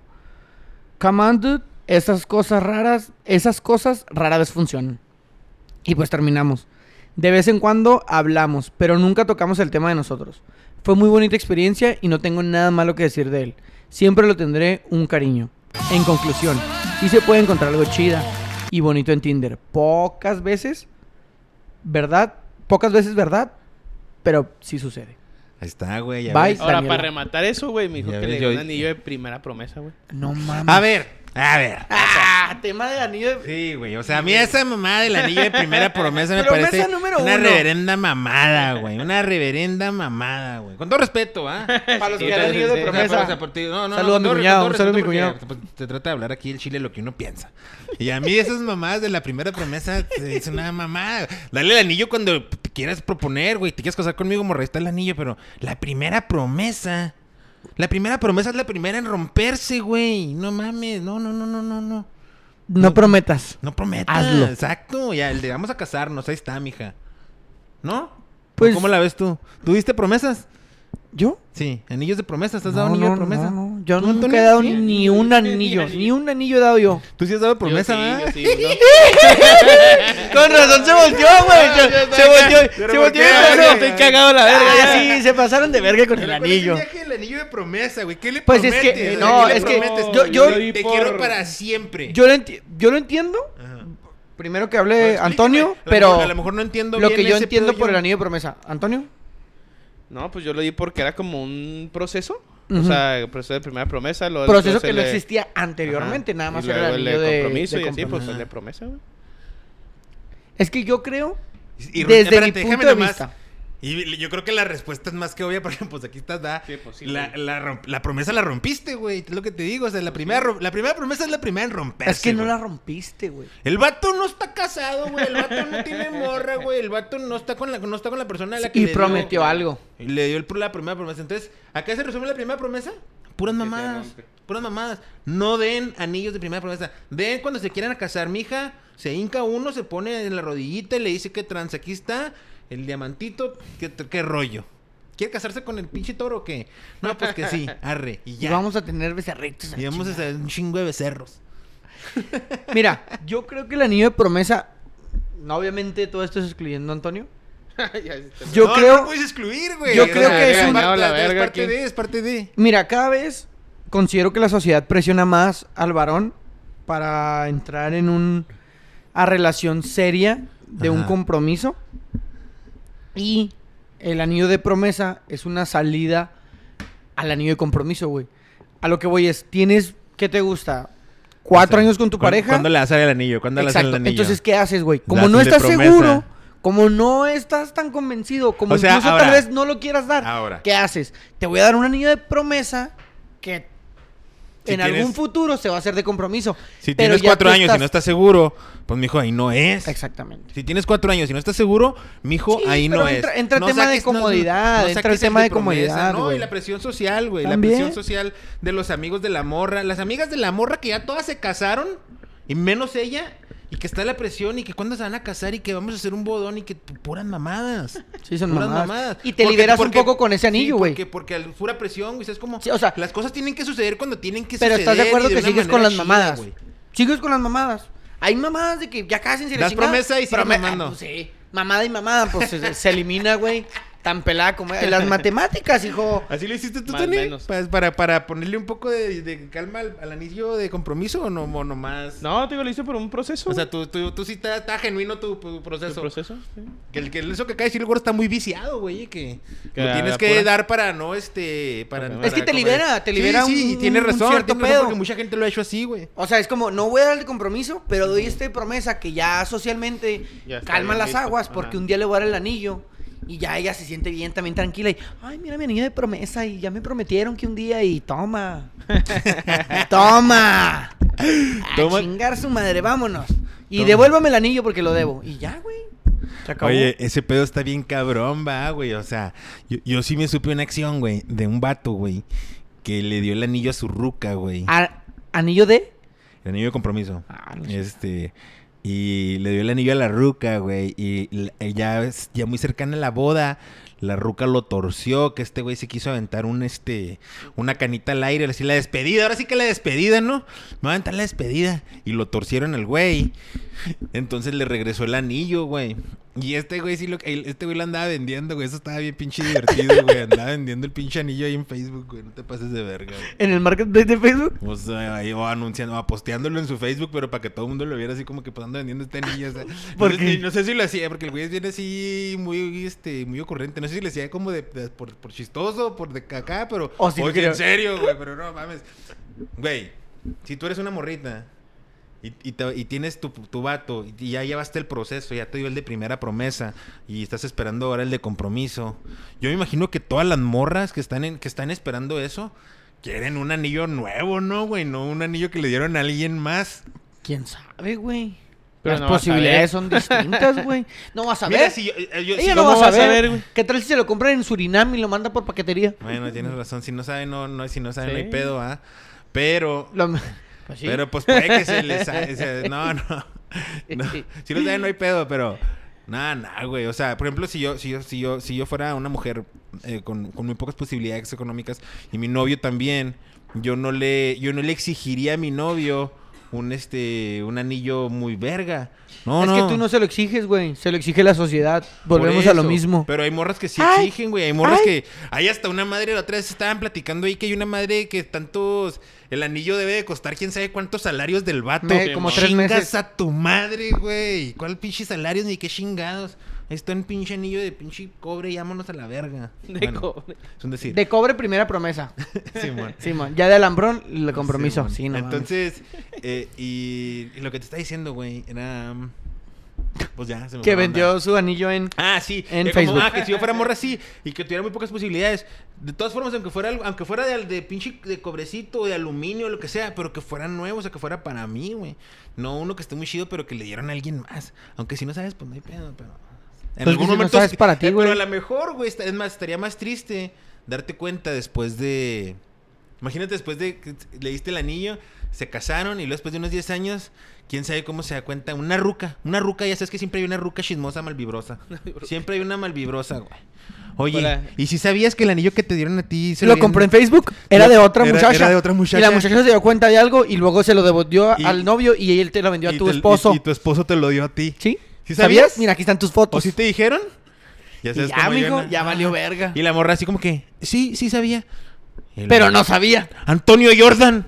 Speaker 2: Come on, dude, esas cosas raras, esas cosas rara vez funcionan. Y pues terminamos. De vez en cuando hablamos, pero nunca tocamos el tema de nosotros. Fue muy bonita experiencia y no tengo nada malo que decir de él. Siempre lo tendré un cariño. En conclusión, sí se puede encontrar algo chida y bonito en Tinder. Pocas veces, ¿verdad? Pocas veces, ¿verdad? Pero sí sucede.
Speaker 1: Ahí está, güey. ya
Speaker 2: Bye.
Speaker 1: ves.
Speaker 3: Ahora,
Speaker 2: Daniela.
Speaker 3: para rematar eso, güey, me dijo
Speaker 1: Ya
Speaker 3: que
Speaker 1: ves,
Speaker 3: le
Speaker 1: yo-
Speaker 3: dio un anillo de primera promesa, güey.
Speaker 2: No mames.
Speaker 1: A ver, a ver.
Speaker 2: Ah, tema del anillo de...
Speaker 1: Sí, güey. O sea, a mí esa mamada del anillo de primera promesa me
Speaker 2: Promesa
Speaker 1: parece
Speaker 2: número
Speaker 1: una
Speaker 2: uno.
Speaker 1: reverenda mamada, güey. Una reverenda mamada, güey. Con todo respeto, ¿ah?
Speaker 2: Para los
Speaker 3: Sí,
Speaker 2: que han
Speaker 3: sí,
Speaker 2: Pues, anillo
Speaker 3: sí,
Speaker 2: de
Speaker 3: sí.
Speaker 1: O sea,
Speaker 2: promesa.
Speaker 1: por- o sea, por ti- no, no,
Speaker 2: Saludo a
Speaker 1: no,
Speaker 2: mi
Speaker 1: con todo-
Speaker 2: cuñado,
Speaker 1: con todo
Speaker 2: saludo a mi
Speaker 1: respeto,
Speaker 2: cuñado.
Speaker 1: porque, pues, se trata de hablar aquí el chile lo que uno piensa. Y a mí esas mamadas de la primera promesa se- es una mamada. Dale el anillo cuando te quieras proponer, güey. Te quieres casar conmigo, morra, ahí está el anillo, pero la primera promesa. La primera promesa es la primera en romperse, güey. No mames. No, no, no, no, no, no.
Speaker 2: No prometas.
Speaker 1: No prometas.
Speaker 2: Hazlo.
Speaker 1: Exacto. Ya, el de vamos a casarnos. Ahí está, mija. ¿No?
Speaker 2: Pues-
Speaker 1: ¿Cómo la ves tú? ¿Tú diste promesas?
Speaker 2: ¿Yo?
Speaker 1: Sí, anillos de promesas. ¿Te has
Speaker 2: No,
Speaker 1: dado anillo
Speaker 2: no,
Speaker 1: de promesa?
Speaker 2: no, no. Yo
Speaker 1: ¿Tú,
Speaker 2: nunca
Speaker 1: Antonio?
Speaker 2: he dado
Speaker 1: ¿Sí?
Speaker 2: ni un anillo, ni un anillo he dado yo.
Speaker 1: Tú sí has dado
Speaker 3: Yo
Speaker 1: promesa,
Speaker 3: sí,
Speaker 1: ¿verdad?
Speaker 3: yo sí, uno.
Speaker 2: Con razón se volteó, güey.
Speaker 3: No,
Speaker 2: Se-
Speaker 3: yo
Speaker 2: se
Speaker 3: acá.
Speaker 2: volteó,
Speaker 1: Ah, Pero
Speaker 2: se
Speaker 1: ¿por
Speaker 2: volteó
Speaker 1: qué?
Speaker 2: y empezó.
Speaker 1: Yo estoy cagado
Speaker 2: la verga. sí, se pasaron de verga con el
Speaker 1: Pero ¿cuál
Speaker 2: anillo.
Speaker 1: es Ah, el viaje del anillo de promesa, güey? ¿Qué le
Speaker 2: Pues es
Speaker 1: prometes?
Speaker 2: que-
Speaker 1: O sea,
Speaker 2: no,
Speaker 1: ¿qué le
Speaker 2: es que
Speaker 1: prometes?
Speaker 2: yo- yo-
Speaker 1: Te
Speaker 3: Yo
Speaker 1: quiero
Speaker 3: por-
Speaker 1: para siempre.
Speaker 2: Yo lo, enti- yo lo entiendo.
Speaker 1: Ajá.
Speaker 2: Primero que
Speaker 1: Pero
Speaker 2: hable
Speaker 1: explícame, a
Speaker 2: Antonio,
Speaker 1: lo
Speaker 2: pero
Speaker 1: mejor- a lo mejor no entiendo
Speaker 2: lo
Speaker 1: bien
Speaker 2: que yo
Speaker 1: ese
Speaker 2: entiendo
Speaker 1: pedo
Speaker 2: por
Speaker 1: yo.
Speaker 2: el anillo de promesa. ¿Antonio?
Speaker 3: No, pues yo lo di porque era como un proceso. O
Speaker 2: Ujú.
Speaker 3: sea, el proceso de primera promesa. luego
Speaker 2: Proceso
Speaker 3: después
Speaker 2: que no
Speaker 3: le-
Speaker 2: existía anteriormente,
Speaker 3: Ajá.
Speaker 2: nada más
Speaker 3: Y
Speaker 2: era el
Speaker 3: luego
Speaker 2: anillo de
Speaker 3: compromiso
Speaker 2: de
Speaker 3: y así, pues
Speaker 2: compromiso.
Speaker 3: el de promesa, güey.
Speaker 2: Es que yo creo,
Speaker 1: Y- y-
Speaker 2: desde
Speaker 1: espérate,
Speaker 2: mi
Speaker 1: déjame
Speaker 2: punto de
Speaker 1: nomás.
Speaker 2: vista.
Speaker 1: Y yo creo que la respuesta es más que obvia, porque pues aquí estás, da.
Speaker 3: Sí, pues, sí,
Speaker 1: la,
Speaker 3: güey. Pues
Speaker 1: la romp- la promesa la rompiste, güey. Es lo que te digo. O sea, la primera, rom- la primera promesa es la primera en romperse.
Speaker 2: es que no
Speaker 1: güey.
Speaker 2: la rompiste, güey.
Speaker 1: El vato no está casado, güey. El vato no tiene morra, güey. El vato no está con la, no está con la persona a la que
Speaker 2: Y
Speaker 1: le dio-
Speaker 2: prometió algo.
Speaker 1: Y le dio el, la primera promesa. Entonces, ¿acá se resume la primera promesa? Puras mamadas.
Speaker 3: rompe.
Speaker 1: Puras mamadas. No den anillos de primera promesa. Den cuando se quieran a casar, mija. Se hinca uno, se pone en la rodillita y le dice que trans, aquí está el diamantito. ¿Qué, qué rollo? ¿Quiere casarse con el pinche toro o qué? No, pues que sí, arre. Y
Speaker 2: Y
Speaker 1: ya.
Speaker 2: vamos a tener becerritos. a la
Speaker 1: y vamos a hacer un chingo de becerros.
Speaker 2: Mira, yo creo que el anillo de promesa. No, obviamente todo esto es excluyendo a Antonio.
Speaker 3: Ya se te-
Speaker 2: Yo
Speaker 1: No,
Speaker 2: creo.
Speaker 1: No lo puedes excluir, güey.
Speaker 2: yo
Speaker 1: O
Speaker 2: creo
Speaker 1: sea,
Speaker 2: que es un-
Speaker 1: parte,
Speaker 3: la
Speaker 1: es
Speaker 3: verga
Speaker 1: parte
Speaker 3: aquí.
Speaker 1: de, es parte de.
Speaker 2: Mira, cada vez considero que la sociedad presiona más al varón para entrar en un. a relación seria de un
Speaker 1: Ajá.
Speaker 2: compromiso. Y el anillo de promesa es una salida al anillo de compromiso, güey. A lo que voy es, tienes. ¿Qué te gusta? ¿Cuatro
Speaker 1: O sea,
Speaker 2: años con tu
Speaker 1: ¿cuándo-
Speaker 2: pareja?
Speaker 1: ¿Cuándo le vas a dar el anillo? ¿Cuándo le vas a dar
Speaker 2: Exacto.
Speaker 1: el anillo?
Speaker 2: Entonces, ¿qué haces, güey? Como
Speaker 1: Das
Speaker 2: no
Speaker 1: el de
Speaker 2: estás
Speaker 1: promesa.
Speaker 2: seguro, como no estás tan convencido, como
Speaker 1: O sea,
Speaker 2: incluso
Speaker 1: ahora-
Speaker 2: tal vez no lo quieras dar,
Speaker 1: ahora.
Speaker 2: ¿qué haces? Te voy a dar un anillo de promesa que
Speaker 1: Si
Speaker 2: en
Speaker 1: tienes-
Speaker 2: algún futuro se va a hacer de compromiso.
Speaker 1: Si
Speaker 2: pero
Speaker 1: tienes
Speaker 2: ya
Speaker 1: cuatro
Speaker 2: tú
Speaker 1: años y no estás seguro, pues mijo, ahí no es.
Speaker 2: Exactamente.
Speaker 1: Si tienes cuatro años y no estás seguro, mijo,
Speaker 2: Sí,
Speaker 1: ahí
Speaker 2: pero
Speaker 1: no
Speaker 2: entra-
Speaker 1: es.
Speaker 2: entra el
Speaker 1: No
Speaker 2: tema
Speaker 1: saques-
Speaker 2: de
Speaker 1: no-
Speaker 2: comodidad, entra el
Speaker 1: saques este
Speaker 2: tema de
Speaker 1: promesa,
Speaker 2: comodidad,
Speaker 1: No,
Speaker 2: güey.
Speaker 1: y la presión social, güey. La
Speaker 2: También.
Speaker 1: presión social de los amigos de la morra. Las amigas de la morra que ya todas se casaron, y menos ella, y que está la presión, y que cuándo se van a casar, y que vamos a hacer un bodón, y que pu- puras mamadas.
Speaker 2: Sí, son
Speaker 1: puras
Speaker 2: mamadas. Y te liberas un poco con ese anillo,
Speaker 1: sí,
Speaker 2: güey.
Speaker 1: porque, porque al- pura presión, güey. Es como.
Speaker 2: Sí, o sea,
Speaker 1: las cosas tienen que suceder cuando tienen que
Speaker 2: Pero
Speaker 1: suceder.
Speaker 2: estás de acuerdo
Speaker 1: y
Speaker 2: que
Speaker 1: una
Speaker 2: sigues con las
Speaker 1: manera chida,
Speaker 2: mamadas.
Speaker 1: güey.
Speaker 2: Sigues con las mamadas. Hay mamadas de que ya casi se
Speaker 1: Das promesa y sigue mamando.
Speaker 2: ah, pues sí. Mamada y mamada, pues se, se elimina, güey. Tan pelada como. Las matemáticas, hijo.
Speaker 1: ¿Así lo hiciste tú,
Speaker 3: Más o
Speaker 1: Tony?
Speaker 3: menos.
Speaker 1: Pues, para, para ponerle un poco de, de calma al, al anillo de compromiso o no, o nomás.
Speaker 3: No, te digo, lo hice por un proceso.
Speaker 1: O sea, tú, tú, tú sí está, está genuino tu, tu
Speaker 3: güey.
Speaker 1: proceso.
Speaker 3: ¿El proceso? sí.
Speaker 1: Que, el, que eso que acaba de decir el gordo está muy viciado, güey. Que,
Speaker 3: Que
Speaker 1: lo
Speaker 3: la-
Speaker 1: tienes
Speaker 3: la
Speaker 1: que
Speaker 3: pura-
Speaker 1: dar para no, este... Para,
Speaker 3: Es
Speaker 1: para
Speaker 2: que te
Speaker 1: comer.
Speaker 2: libera, te libera
Speaker 1: Sí,
Speaker 2: un-
Speaker 1: sí, y tiene
Speaker 2: un
Speaker 1: razón.
Speaker 2: cierto
Speaker 1: tiene razón,
Speaker 2: pedo.
Speaker 1: Porque mucha gente lo ha hecho así, güey.
Speaker 2: O sea, es como, no voy a dar el compromiso, pero doy esta promesa que ya socialmente
Speaker 3: Ya está
Speaker 2: calma
Speaker 3: bien
Speaker 2: las
Speaker 3: visto.
Speaker 2: aguas porque
Speaker 3: Ajá.
Speaker 2: un día le voy a dar el anillo y ya ella se siente bien, también tranquila y, ay, mira mi anillo de promesa y ya me prometieron que un día y toma. toma. A
Speaker 1: Toma.
Speaker 2: chingar su madre, vámonos. Y
Speaker 1: Toma.
Speaker 2: devuélvame el anillo porque lo debo. Y ya, güey. Se acabó.
Speaker 1: Oye, ese pedo está bien cabrón, va, güey. O sea, yo, yo sí me supe una acción, güey, de un vato, güey, que le dio el anillo a su ruca, güey.
Speaker 2: A- anillo de...
Speaker 1: El anillo de compromiso.
Speaker 2: Ah, no sé.
Speaker 1: Este. Y le dio el anillo a la ruca, güey. Y la- ya, es- ya muy cercana a la boda, la ruca lo torció, que este güey se quiso aventar un este. una canita al aire, así la despedida, ahora sí que la despedida, ¿no? Me va a aventar la despedida. Y lo torcieron al güey. Entonces le regresó el anillo, güey. Y este güey sí lo el- este güey lo andaba vendiendo, güey. Eso estaba bien pinche divertido, güey. Andaba vendiendo el pinche anillo ahí en Facebook, güey. No te pases de verga, güey.
Speaker 2: En el marketplace de Facebook.
Speaker 1: O sea, Pues, eh, ahí o anunciando, o posteándolo en su Facebook, pero para que todo el mundo lo viera así como que pues ando vendiendo este anillo. o sea,
Speaker 2: ¿Por
Speaker 1: no, sé,
Speaker 2: qué?
Speaker 1: si- no sé si lo hacía, porque el güey es bien así muy, este, muy ocurrente. No sé si lo hacía como de, de- por, por chistoso, por de acá, pero.
Speaker 2: O si lo
Speaker 1: oye,
Speaker 2: quiero-
Speaker 1: en serio, güey, pero no mames. Güey, si tú eres una morrita y, y te- y tienes tu, tu vato y ya llevaste el proceso, ya te dio el de primera promesa y estás esperando ahora el de compromiso. Yo me imagino que todas las morras que están, en- que están esperando eso quieren un anillo nuevo, ¿no, güey? No un anillo que le dieron a alguien más.
Speaker 2: ¿Quién sabe, güey?
Speaker 3: Pero
Speaker 2: Las
Speaker 3: no vas a
Speaker 2: posibilidades
Speaker 3: saber.
Speaker 2: son distintas, güey. No vas a ver.
Speaker 1: Mira, si yo, eh, yo- si-
Speaker 2: Ella no va
Speaker 3: ¿cómo
Speaker 2: a
Speaker 3: vas a
Speaker 2: saber.
Speaker 3: ver, güey?
Speaker 2: ¿Qué tal si se lo compran en Surinam y lo manda por paquetería?
Speaker 1: Bueno, tienes razón. Si no sabe, no, no, si no sabe, no hay
Speaker 3: Sí.
Speaker 1: pedo, ¿ah? Pero...
Speaker 2: Lo-
Speaker 1: Pero pues puede que se les... sa- se- no, no. No, si lo saben, no hay pedo, pero. Nada, nada, güey. O sea, por ejemplo, si yo, si yo, si yo, si yo fuera una mujer eh, con, con muy pocas posibilidades económicas y mi novio también, yo no le, yo no le exigiría a mi novio un este, un anillo muy verga. No,
Speaker 2: es
Speaker 1: no.
Speaker 2: que tú no se lo exiges, güey. Se lo exige la sociedad.
Speaker 1: Por
Speaker 2: Volvemos a lo
Speaker 1: eso.
Speaker 2: mismo.
Speaker 1: Pero hay morras que sí
Speaker 2: Ay,
Speaker 1: exigen, güey. Hay morras
Speaker 2: ay.
Speaker 1: que. Hay hasta una madre, la otra vez estaban platicando ahí que hay una madre que tantos. El anillo debe de costar quién sabe cuántos salarios del vato.
Speaker 2: Me- como tres
Speaker 1: Chingas
Speaker 2: meses.
Speaker 1: a tu madre, güey. ¿Cuál pinche salarios ni qué chingados? Está en pinche anillo de pinche cobre y vámonos a la verga.
Speaker 3: De
Speaker 1: Bueno,
Speaker 3: cobre.
Speaker 1: Es un decir.
Speaker 2: De cobre, primera promesa.
Speaker 1: Simón.
Speaker 2: Simón. Ya de alambrón, el compromiso.
Speaker 1: Simón.
Speaker 2: Sí, no. Entonces.
Speaker 1: Entonces, eh, y, y lo que te está diciendo, güey, era. mm, Pues ya, se me
Speaker 2: Que
Speaker 1: fue la onda.
Speaker 2: vendió su anillo en.
Speaker 1: Ah, sí.
Speaker 2: En
Speaker 1: Era como,
Speaker 2: Facebook.
Speaker 1: ah, que si yo fuera morra sí y que tuviera muy pocas posibilidades. De todas formas, aunque fuera algo- aunque fuera de, de pinche de cobrecito, de aluminio, lo que sea, pero que fuera nuevo, o sea, que fuera para mí, güey. No uno que esté muy chido, pero que le dieran a alguien más. Aunque si no sabes, pues no hay pedo, pero.
Speaker 2: Pues que si no sabes,
Speaker 1: sí-
Speaker 2: para ti,
Speaker 1: eh,
Speaker 2: güey.
Speaker 1: Pero a lo mejor, güey, esta- es más, estaría más triste darte cuenta después de. Imagínate después de que le diste el anillo, se casaron y luego después de unos 10 años, quién sabe cómo se da cuenta, una ruca, una ruca, ya sabes que siempre hay una ruca chismosa malvibrosa. Siempre hay una malvibrosa, güey. Oye,
Speaker 3: Hola.
Speaker 1: ¿y si sabías que el anillo que te dieron a ti se
Speaker 2: Lo
Speaker 1: habían-
Speaker 2: compró en Facebook, era de otra
Speaker 1: Era-
Speaker 2: muchacha.
Speaker 1: era de otra
Speaker 2: Y la
Speaker 1: muchacha.
Speaker 2: muchacha se dio cuenta de algo y luego se lo devolvió
Speaker 1: Y-
Speaker 2: al novio y él te lo vendió a
Speaker 1: y
Speaker 2: tu
Speaker 1: te-
Speaker 2: esposo.
Speaker 1: Y, y tu esposo te lo dio a ti.
Speaker 2: ¿Sí?
Speaker 1: ¿Sí
Speaker 2: sabías?
Speaker 1: sabías?
Speaker 2: Mira, aquí están tus fotos.
Speaker 1: ¿O si te dijeron?
Speaker 2: Y Ya,
Speaker 1: cómo
Speaker 2: mijo,
Speaker 1: Joana.
Speaker 2: ya valió verga.
Speaker 1: Y la morra así como que, sí, sí sabía. El-
Speaker 2: Pero no sabía.
Speaker 1: Antonio Jordan.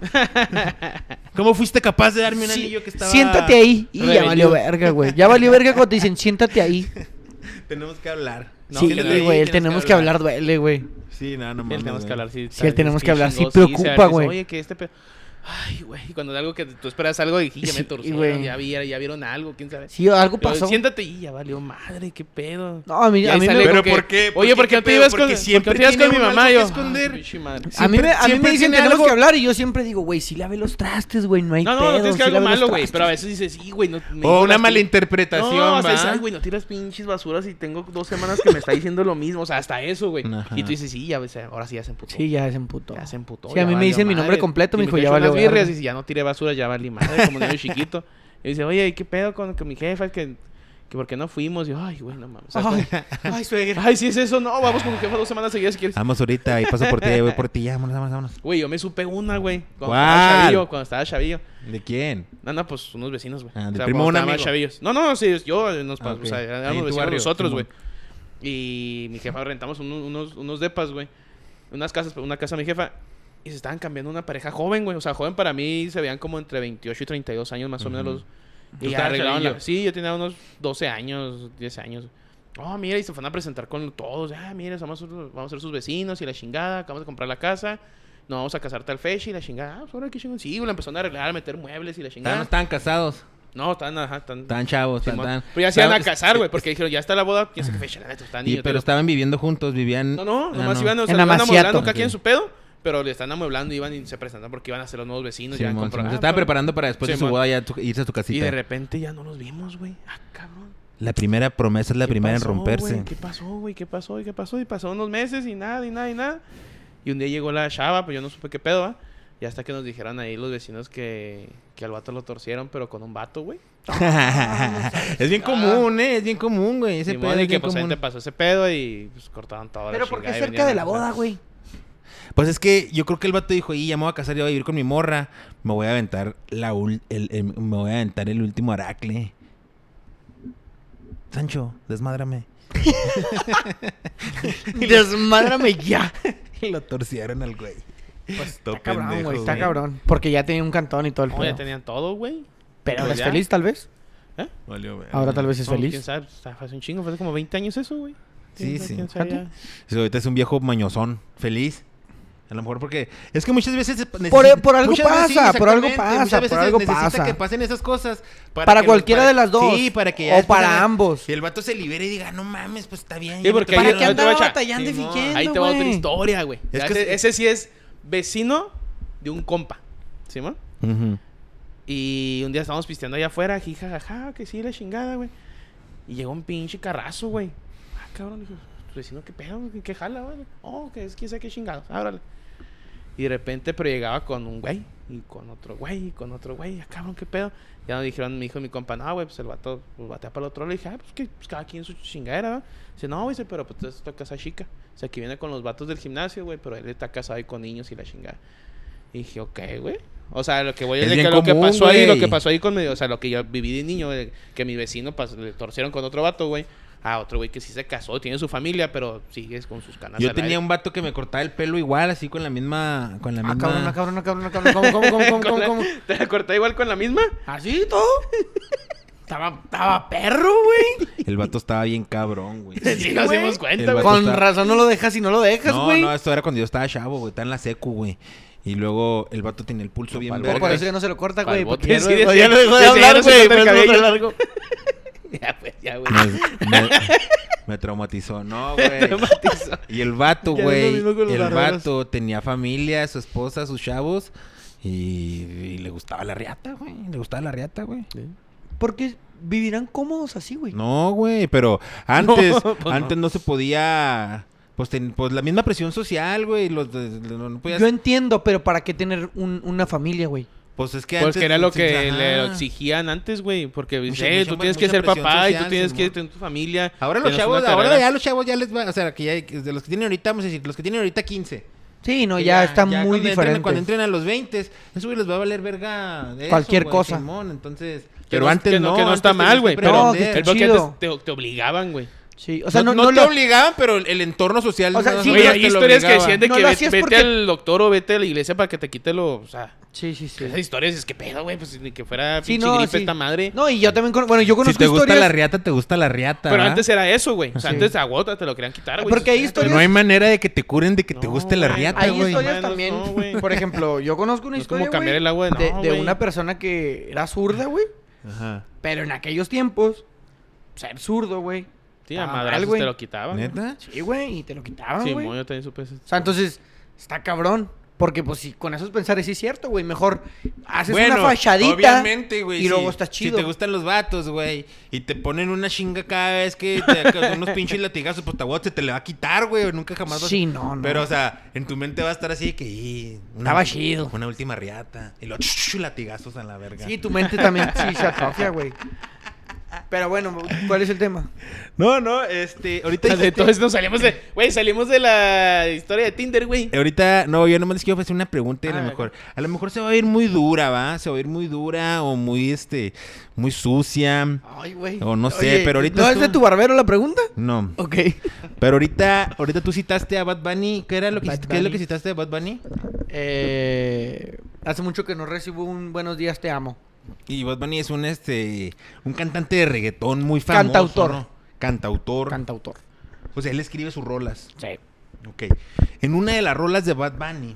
Speaker 1: ¿Cómo fuiste capaz de darme un
Speaker 2: Sí,
Speaker 1: anillo que estaba...
Speaker 2: Siéntate ahí. Y ya
Speaker 3: rebelde.
Speaker 2: valió verga, güey. Ya valió verga cuando te dicen siéntate ahí.
Speaker 1: Tenemos que hablar. No,
Speaker 2: sí,
Speaker 1: que le-
Speaker 2: güey, el tenemos que hablar duele, güey.
Speaker 1: Sí, no, no
Speaker 3: Sí,
Speaker 1: mames.
Speaker 3: el tenemos que
Speaker 1: güey.
Speaker 3: hablar, sí.
Speaker 2: Sí, el tenemos que hablar, sí
Speaker 3: chingó,
Speaker 2: preocupa,
Speaker 3: se- dice,
Speaker 2: güey.
Speaker 3: Oye, que este pe- Ay, güey. y Cuando algo que tú esperas algo y ya
Speaker 2: Sí,
Speaker 3: me torcieron,
Speaker 2: güey.
Speaker 3: ya, vi- ya vieron algo, quién sabe.
Speaker 2: Sí, algo
Speaker 3: Pero
Speaker 2: pasó.
Speaker 3: siéntate y ya valió madre, qué pedo.
Speaker 2: No, a mí,
Speaker 3: Y
Speaker 2: a
Speaker 3: ahí
Speaker 2: mí me-
Speaker 3: sale
Speaker 1: Pero
Speaker 3: con que,
Speaker 1: ¿por qué? ¿Por
Speaker 3: Oye,
Speaker 1: qué?
Speaker 3: ¿por
Speaker 1: ¿Qué
Speaker 3: qué no te
Speaker 1: pedo?
Speaker 3: ibas
Speaker 1: Porque
Speaker 3: con,
Speaker 1: siempre
Speaker 3: siempre te ibas con mi
Speaker 1: tiene uno
Speaker 3: mamá?
Speaker 1: algo
Speaker 3: Yo,
Speaker 1: que esconder.
Speaker 3: "Ah, pinche madre".
Speaker 2: A mí,
Speaker 1: Siempre-
Speaker 2: me- a
Speaker 1: siempre
Speaker 2: mí me dicen,
Speaker 1: tiene
Speaker 2: tenemos
Speaker 1: algo-
Speaker 2: que hablar y yo siempre digo, güey, si lave los trastes, güey, no hay
Speaker 3: No, no,
Speaker 2: pedo.
Speaker 3: no tienes que
Speaker 2: sí
Speaker 3: algo
Speaker 2: lave los
Speaker 3: malo, güey.
Speaker 2: trastes".
Speaker 3: Pero a veces dices, sí, güey. No, me
Speaker 1: O
Speaker 3: dijo
Speaker 1: una
Speaker 3: las pin-
Speaker 1: malinterpretación,
Speaker 3: No, hasta
Speaker 1: ¿va?
Speaker 3: dices, "Ay, güey, no tiras pinches basuras y tengo dos semanas que me está diciendo lo mismo. O sea, hasta eso, güey.
Speaker 1: Ajá.
Speaker 3: Y tú dices, sí, ya, ves, eh, ahora sí ya se emputó.
Speaker 2: Sí, ya se emputó.
Speaker 3: Ya se emputó.
Speaker 2: Sí, a
Speaker 3: ya
Speaker 2: mí me
Speaker 3: valió
Speaker 2: dicen mi
Speaker 3: madre.
Speaker 2: nombre completo,
Speaker 3: Y
Speaker 2: me dijo, ya
Speaker 3: echó unas
Speaker 2: valió
Speaker 3: birrias
Speaker 2: verga.
Speaker 3: y si ya no tiré basura, ya valí madre, como niño chiquito. Y dice, oye, ¿y ¿qué pedo con, con mi jefa? Es que, que ¿por qué no fuimos? Y yo, ay, güey, no mames. O sea, como-
Speaker 2: Ay, ay, suegra.
Speaker 3: Ay, si es eso, no, vamos con mi jefa dos semanas seguidas si
Speaker 2: Ah.
Speaker 3: quieres.
Speaker 1: Vamos ahorita, y paso por ti, voy por ti, ya, vámonos, vámonos, vámonos.
Speaker 3: Güey, yo me supe una, güey. Cuando
Speaker 1: ¿Cuál?
Speaker 3: estaba chavillo, cuando estaba chavillo.
Speaker 1: ¿De quién?
Speaker 3: No, no, pues unos vecinos, güey.
Speaker 1: Ah, del
Speaker 3: O sea,
Speaker 1: primo
Speaker 3: cuando
Speaker 1: de un
Speaker 3: estábamos
Speaker 1: amigo.
Speaker 3: chavillos. No, no, sí, yo eh, nos
Speaker 1: Ah,
Speaker 3: pas-
Speaker 1: ok.
Speaker 3: o sea,
Speaker 1: Ahí en
Speaker 3: éramos
Speaker 1: tu
Speaker 3: vecinos
Speaker 1: barrio,
Speaker 3: nosotros, güey.
Speaker 1: Simón.
Speaker 3: Y mi jefa rentamos un- unos, unos depas, güey. Unas casas, una casa a mi jefa. Y se estaban cambiando una pareja joven, güey. O sea, joven para mí se veían como entre 28 y 32 años más o menos. los-
Speaker 1: Tú
Speaker 3: Y
Speaker 1: estabas
Speaker 3: arreglaron la-
Speaker 1: chavillo.
Speaker 3: Sí, yo tenía unos 12 años, 10 años. Oh, mira, y se fueron a presentar con todos. Ah, mira, somos, vamos a ser sus vecinos y la chingada. Acabamos de comprar la casa. No vamos a casar tal fecha y la chingada. Ah, pues ahora qué chingón. Sí, güey, la empezaron a arreglar, a meter muebles y la
Speaker 1: Estaban,
Speaker 3: chingada.
Speaker 1: no estaban casados,
Speaker 3: No, están, ajá, están.
Speaker 1: estaban chavos,
Speaker 3: Simón.
Speaker 1: estaban... estaban-
Speaker 3: Pero ya se iban a
Speaker 1: estaban-
Speaker 3: casar, güey, porque dijeron, ya está la boda, quién sabe qué fecha, la neta, están
Speaker 1: Y,
Speaker 3: niños.
Speaker 1: pero
Speaker 3: pero-
Speaker 1: estaban viviendo juntos, vivían...
Speaker 3: No, no,
Speaker 1: Ah,
Speaker 3: nomás iban, o sea,
Speaker 2: En
Speaker 3: iban amueblando
Speaker 2: Amaciato.
Speaker 3: cada quien su pedo, pero le están amueblando, iban y se presentan porque iban a ser los nuevos vecinos. ya
Speaker 1: Simón,
Speaker 3: compro-
Speaker 1: Simón.
Speaker 3: ah,
Speaker 1: Se estaban
Speaker 3: pero-
Speaker 1: preparando para después de su
Speaker 3: Simón.
Speaker 1: boda ya tu- irse a su
Speaker 3: Y
Speaker 1: casita.
Speaker 3: de repente ya no nos vimos, güey. Ah, cabrón.
Speaker 1: La primera promesa es la
Speaker 3: ¿Qué
Speaker 1: primera
Speaker 3: pasó,
Speaker 1: en romperse.
Speaker 3: güey? ¿Qué pasó, güey? ¿Qué pasó? ¿Y qué pasó? Y pasó unos meses y nada, y nada, y nada. Y un día llegó la chava, pues yo no supe qué pedo, ¿va? Y hasta que nos dijeron ahí los vecinos que, que al vato lo torcieron, pero con un vato, güey.
Speaker 1: es bien común, ¿eh? Es bien común, güey. Ese
Speaker 3: Ese
Speaker 1: pedo es
Speaker 3: que
Speaker 1: bien
Speaker 3: pues ahí
Speaker 1: común.
Speaker 3: te pasó ese pedo y pues cortaron todo. la
Speaker 2: Pero porque
Speaker 3: chingada y
Speaker 2: cerca
Speaker 3: venían
Speaker 2: de
Speaker 3: a
Speaker 2: la
Speaker 3: comprar.
Speaker 2: boda, güey.
Speaker 1: Pues es que yo creo que el vato dijo, y ya me voy a casar, yo voy a vivir con mi morra. Me voy a aventar la ul- el, el- me voy a aventar el último aracle. Sancho, desmádrame.
Speaker 2: Desmádrame ya.
Speaker 1: Lo torcieron al güey.
Speaker 2: Pues
Speaker 1: Todo
Speaker 2: está cabrón,
Speaker 1: pendejo,
Speaker 2: güey. Está
Speaker 1: güey.
Speaker 2: cabrón. Porque ya tenía un cantón y todo el
Speaker 3: No, ya
Speaker 2: pedo.
Speaker 3: tenían todo, güey.
Speaker 2: Pero
Speaker 3: Pues
Speaker 2: ahora es
Speaker 3: ya.
Speaker 2: feliz, tal vez.
Speaker 1: Valió, güey.
Speaker 2: Ahora tal vez es
Speaker 3: No, ¿Quién
Speaker 2: feliz.
Speaker 3: sabe? O sea, Fue hace un chingo, fue hace como 20 años eso, güey.
Speaker 1: Sí,
Speaker 3: ¿Quién-
Speaker 1: sí.
Speaker 3: quién sabe ya?
Speaker 1: Sí, ahorita es un viejo mañozón, feliz. A lo mejor porque es que muchas veces necesi-
Speaker 2: Por- por algo
Speaker 1: muchas veces-
Speaker 2: pasa, por algo
Speaker 1: exactamente,
Speaker 2: pasa,
Speaker 1: muchas veces
Speaker 2: por algo
Speaker 1: necesita
Speaker 2: pasa.
Speaker 1: que pasen esas cosas
Speaker 2: Para
Speaker 1: que lo-
Speaker 2: cualquiera de las dos.
Speaker 1: Sí, para que ya
Speaker 2: O
Speaker 1: después
Speaker 2: para
Speaker 1: haga-
Speaker 2: ambos.
Speaker 1: Y el vato se libere y diga, "No mames, pues está bien."
Speaker 3: Sí,
Speaker 1: ya me
Speaker 3: porque
Speaker 1: toca
Speaker 3: ahí-
Speaker 1: ir
Speaker 3: ahí
Speaker 1: a
Speaker 3: te
Speaker 1: la
Speaker 3: va a
Speaker 1: otra".
Speaker 3: echar.
Speaker 1: Simón.
Speaker 3: Ahí te va otra historia, güey.
Speaker 1: Es
Speaker 3: Ya
Speaker 1: que
Speaker 3: ese,
Speaker 1: es-
Speaker 3: ese sí es vecino de un compa, ¿sí, man?
Speaker 1: Ujú.
Speaker 3: Y un día estábamos pisteando allá afuera, jija, jaja, que sí, la chingada, güey. Y llegó un pinche carrazo, güey. Ah, cabrón, dije, tu vecino, qué pedo, güey? qué jala, güey. Oh, que es quién sabe qué chingados, ábrale. Y de repente, pero llegaba con un güey, y con otro güey, y con otro güey, ah, cabrón, qué pedo. Ya nos dijeron, mi hijo y mi compa, no, güey, pues el vato pues, batea para el otro. Le dije, ah, pues que pues, cada quien su chingadera, ¿verdad? Dice, no, güey, dice, pero pues esta casa chica. O sea, que viene con los vatos del gimnasio, güey, pero él está casado ahí con niños y la chingada. Y dije, ok, güey. O sea, lo que voy a
Speaker 1: Es
Speaker 3: decir
Speaker 1: bien
Speaker 3: que lo que
Speaker 1: común,
Speaker 3: pasó ahí, lo
Speaker 1: güey.
Speaker 3: que pasó ahí con mi, o sea, lo que yo viví de niño, de que mi vecino pas- le torcieron con otro vato, güey. A otro güey que sí se casó, tiene su familia, pero sigues con sus canas.
Speaker 1: Yo
Speaker 3: al aire.
Speaker 1: tenía un vato que me cortaba el pelo igual, así con la misma con la
Speaker 2: Ah,
Speaker 1: misma
Speaker 2: cabrón, ah, cabrón, ah, cabrón, ah, cabrón. ¿Cómo, cómo, cómo, cómo,
Speaker 3: Con
Speaker 2: cómo,
Speaker 3: la-
Speaker 2: cómo?
Speaker 3: ¿Te la corté igual con la misma?
Speaker 2: ¿Así todo? Estaba, estaba perro, güey.
Speaker 1: El vato estaba bien cabrón, güey.
Speaker 3: Sí, nos
Speaker 2: güey.
Speaker 3: dimos cuenta,
Speaker 1: El
Speaker 3: güey.
Speaker 1: vato-
Speaker 2: Con
Speaker 1: está-
Speaker 2: razón no lo dejas y no lo dejas,
Speaker 1: No,
Speaker 2: güey.
Speaker 1: no, esto era cuando yo estaba chavo, güey, estaba en la secu, güey. Y luego el vato tenía el pulso bien
Speaker 3: pa'l
Speaker 1: verga.
Speaker 2: por eso ya no se lo corta,
Speaker 3: Pa'l
Speaker 2: güey.
Speaker 3: bote.
Speaker 2: Porque ya,
Speaker 3: Sí,
Speaker 2: lo-
Speaker 3: sí,
Speaker 2: ya lo dejó de
Speaker 3: sí, ya
Speaker 2: hablar,
Speaker 3: no se
Speaker 2: güey. por
Speaker 3: corta el
Speaker 2: eso no
Speaker 3: cabello.
Speaker 2: se largo.
Speaker 3: Ya, pues, ya, güey.
Speaker 1: Me, me- me traumatizó, no, güey.
Speaker 3: Traumatizó.
Speaker 1: Y el vato,
Speaker 2: Ya no es lo
Speaker 1: güey.
Speaker 2: mismo con los
Speaker 1: El
Speaker 2: barberos.
Speaker 1: vato tenía familia, su esposa, sus chavos. Y, y le gustaba la riata, güey. Le gustaba la riata, güey.
Speaker 2: Porque vivirán cómodos así, güey.
Speaker 1: No, güey, pero antes,
Speaker 3: No, pues
Speaker 1: antes no. se podía. Pues, ten- pues la misma presión social, güey. Los, de- de- no, no podías.
Speaker 2: Yo entiendo, pero ¿para qué tener un- una familia, güey?
Speaker 1: pues es que
Speaker 3: Pues
Speaker 1: antes.
Speaker 3: que era lo que
Speaker 1: ajá.
Speaker 3: le exigían antes, güey. Porque
Speaker 1: Mucha-
Speaker 3: dice, eh,
Speaker 1: mucha-
Speaker 3: tú tienes que
Speaker 1: mucha
Speaker 3: ser
Speaker 1: presión
Speaker 3: papá y
Speaker 1: social,
Speaker 3: tú tienes que
Speaker 1: Simón.
Speaker 3: tener tu familia.
Speaker 1: Ahora los
Speaker 3: tienes
Speaker 1: chavos,
Speaker 3: una
Speaker 1: ahora
Speaker 3: carrera.
Speaker 1: ya los chavos ya les va. O sea, que ya de los que tienen ahorita, vamos a decir, los que tienen ahorita 15.
Speaker 2: Sí, no,
Speaker 1: Que
Speaker 2: ya, está
Speaker 1: ya
Speaker 2: muy
Speaker 1: cuando entren-
Speaker 2: diferente.
Speaker 1: cuando entren a los 20, eso güey, les va a valer verga. eso,
Speaker 2: Cualquier
Speaker 1: güey,
Speaker 2: cosa.
Speaker 1: Simón, entonces.
Speaker 3: Que no- que no, que no
Speaker 1: antes
Speaker 3: está
Speaker 1: tenías
Speaker 3: mal,
Speaker 1: que
Speaker 3: güey,
Speaker 2: pero-
Speaker 1: aprender.
Speaker 2: Qué
Speaker 3: El bloque
Speaker 2: chido.
Speaker 3: antes te, te obligaban, güey.
Speaker 2: Sí, o sea, no,
Speaker 1: no,
Speaker 2: no
Speaker 1: te
Speaker 2: lo-
Speaker 1: obligaban, pero el, el entorno social.
Speaker 2: O sea,
Speaker 1: no-
Speaker 2: sí,
Speaker 1: no
Speaker 3: Oye,
Speaker 2: pero
Speaker 3: hay
Speaker 1: te lo
Speaker 3: historias que
Speaker 1: obligaba.
Speaker 3: decían de
Speaker 2: No
Speaker 3: que
Speaker 2: lo
Speaker 3: ve-
Speaker 2: hacías
Speaker 3: vete
Speaker 2: porque-
Speaker 3: al doctor o vete a la iglesia para que te quite lo. O sea,
Speaker 2: Sí, sí, sí.
Speaker 3: esas historias es que pedo, güey. Pues ni que fuera
Speaker 2: Sí,
Speaker 3: pinche
Speaker 2: no,
Speaker 3: gripe
Speaker 2: sí.
Speaker 3: esta madre.
Speaker 2: No, y yo también con- bueno, yo conozco
Speaker 1: Si te gusta
Speaker 2: historias
Speaker 1: la riata, te gusta la riata.
Speaker 3: Pero
Speaker 1: ¿va?
Speaker 3: antes era eso, güey. O sea,
Speaker 2: Sí.
Speaker 3: antes a Gota te lo querían quitar, güey.
Speaker 2: Porque hay
Speaker 3: Espérate.
Speaker 1: Pero no hay manera de que te curen de que te
Speaker 3: No,
Speaker 1: guste la
Speaker 3: güey,
Speaker 1: riata,
Speaker 2: Hay
Speaker 3: güey.
Speaker 1: güey.
Speaker 2: historias
Speaker 3: Manos,
Speaker 2: también.
Speaker 3: no, güey.
Speaker 2: por ejemplo, yo conozco una
Speaker 3: No es como
Speaker 2: historia.
Speaker 3: cambiar
Speaker 2: güey,
Speaker 3: el agua de-
Speaker 2: de,
Speaker 3: no,
Speaker 2: de
Speaker 3: güey.
Speaker 2: una persona que era zurda, güey.
Speaker 1: Ajá.
Speaker 2: Pero en aquellos tiempos, ser zurdo, güey.
Speaker 3: Sí, a
Speaker 2: estaba mal,
Speaker 3: madrazos
Speaker 2: güey.
Speaker 3: te lo quitaban. güey.
Speaker 1: ¿Neta?
Speaker 2: Sí, güey, y te lo quitaban,
Speaker 3: Sí,
Speaker 2: güey.
Speaker 3: mo, yo también supe eso.
Speaker 2: O sea, entonces, está cabrón. Porque, pues, si con esos pensares sí es cierto, güey. Mejor haces una fachadita.
Speaker 1: Obviamente, güey.
Speaker 2: Y
Speaker 1: sí.
Speaker 2: luego estás
Speaker 1: Si
Speaker 2: chido.
Speaker 1: te gustan los vatos, güey, y te ponen una chinga cada vez que te con unos pinches latigazos, pues tabot se te le va a quitar, güey. Nunca jamás vas
Speaker 2: Sí, no, no.
Speaker 1: Pero, o sea, en tu mente va a estar así que. "Y, una-
Speaker 2: Estaba chido".
Speaker 1: Una última riata. Y los chuchu, latigazos a la verga.
Speaker 2: Sí, tu mente también sí se atrofia, güey. Pero bueno, ¿cuál es el tema?
Speaker 1: No, no, este. Ahorita.
Speaker 3: De todo esto salimos de. Güey, salimos de la historia de Tinder, güey.
Speaker 1: Eh, Ahorita, no, yo nomás les quiero hacer una pregunta y a
Speaker 3: Ah,
Speaker 1: lo mejor, a lo mejor se va a ir muy dura, ¿va? Se va a ir muy dura o muy, este, muy sucia.
Speaker 2: Ay, güey.
Speaker 1: O Oh, no sé, pero ahorita
Speaker 2: ¿No
Speaker 1: es
Speaker 2: es de
Speaker 1: tu-
Speaker 2: tu barbero la pregunta?
Speaker 1: No,
Speaker 2: Ok.
Speaker 1: pero ahorita, ahorita tú citaste a Bad Bunny. ¿Qué era lo que,
Speaker 2: Bad
Speaker 1: qué es lo
Speaker 2: Bunny.
Speaker 1: que citaste de Bad Bunny?
Speaker 2: Eh, hace mucho que no recibo un buenos días, te amo.
Speaker 1: Y Bad Bunny es un, este, un cantante de reggaetón muy famoso.
Speaker 2: Cantautor.
Speaker 1: ¿no? Cantautor.
Speaker 2: Cantautor.
Speaker 1: o sea, él escribe sus rolas.
Speaker 2: Sí.
Speaker 1: Ok. En una de las rolas de Bad Bunny,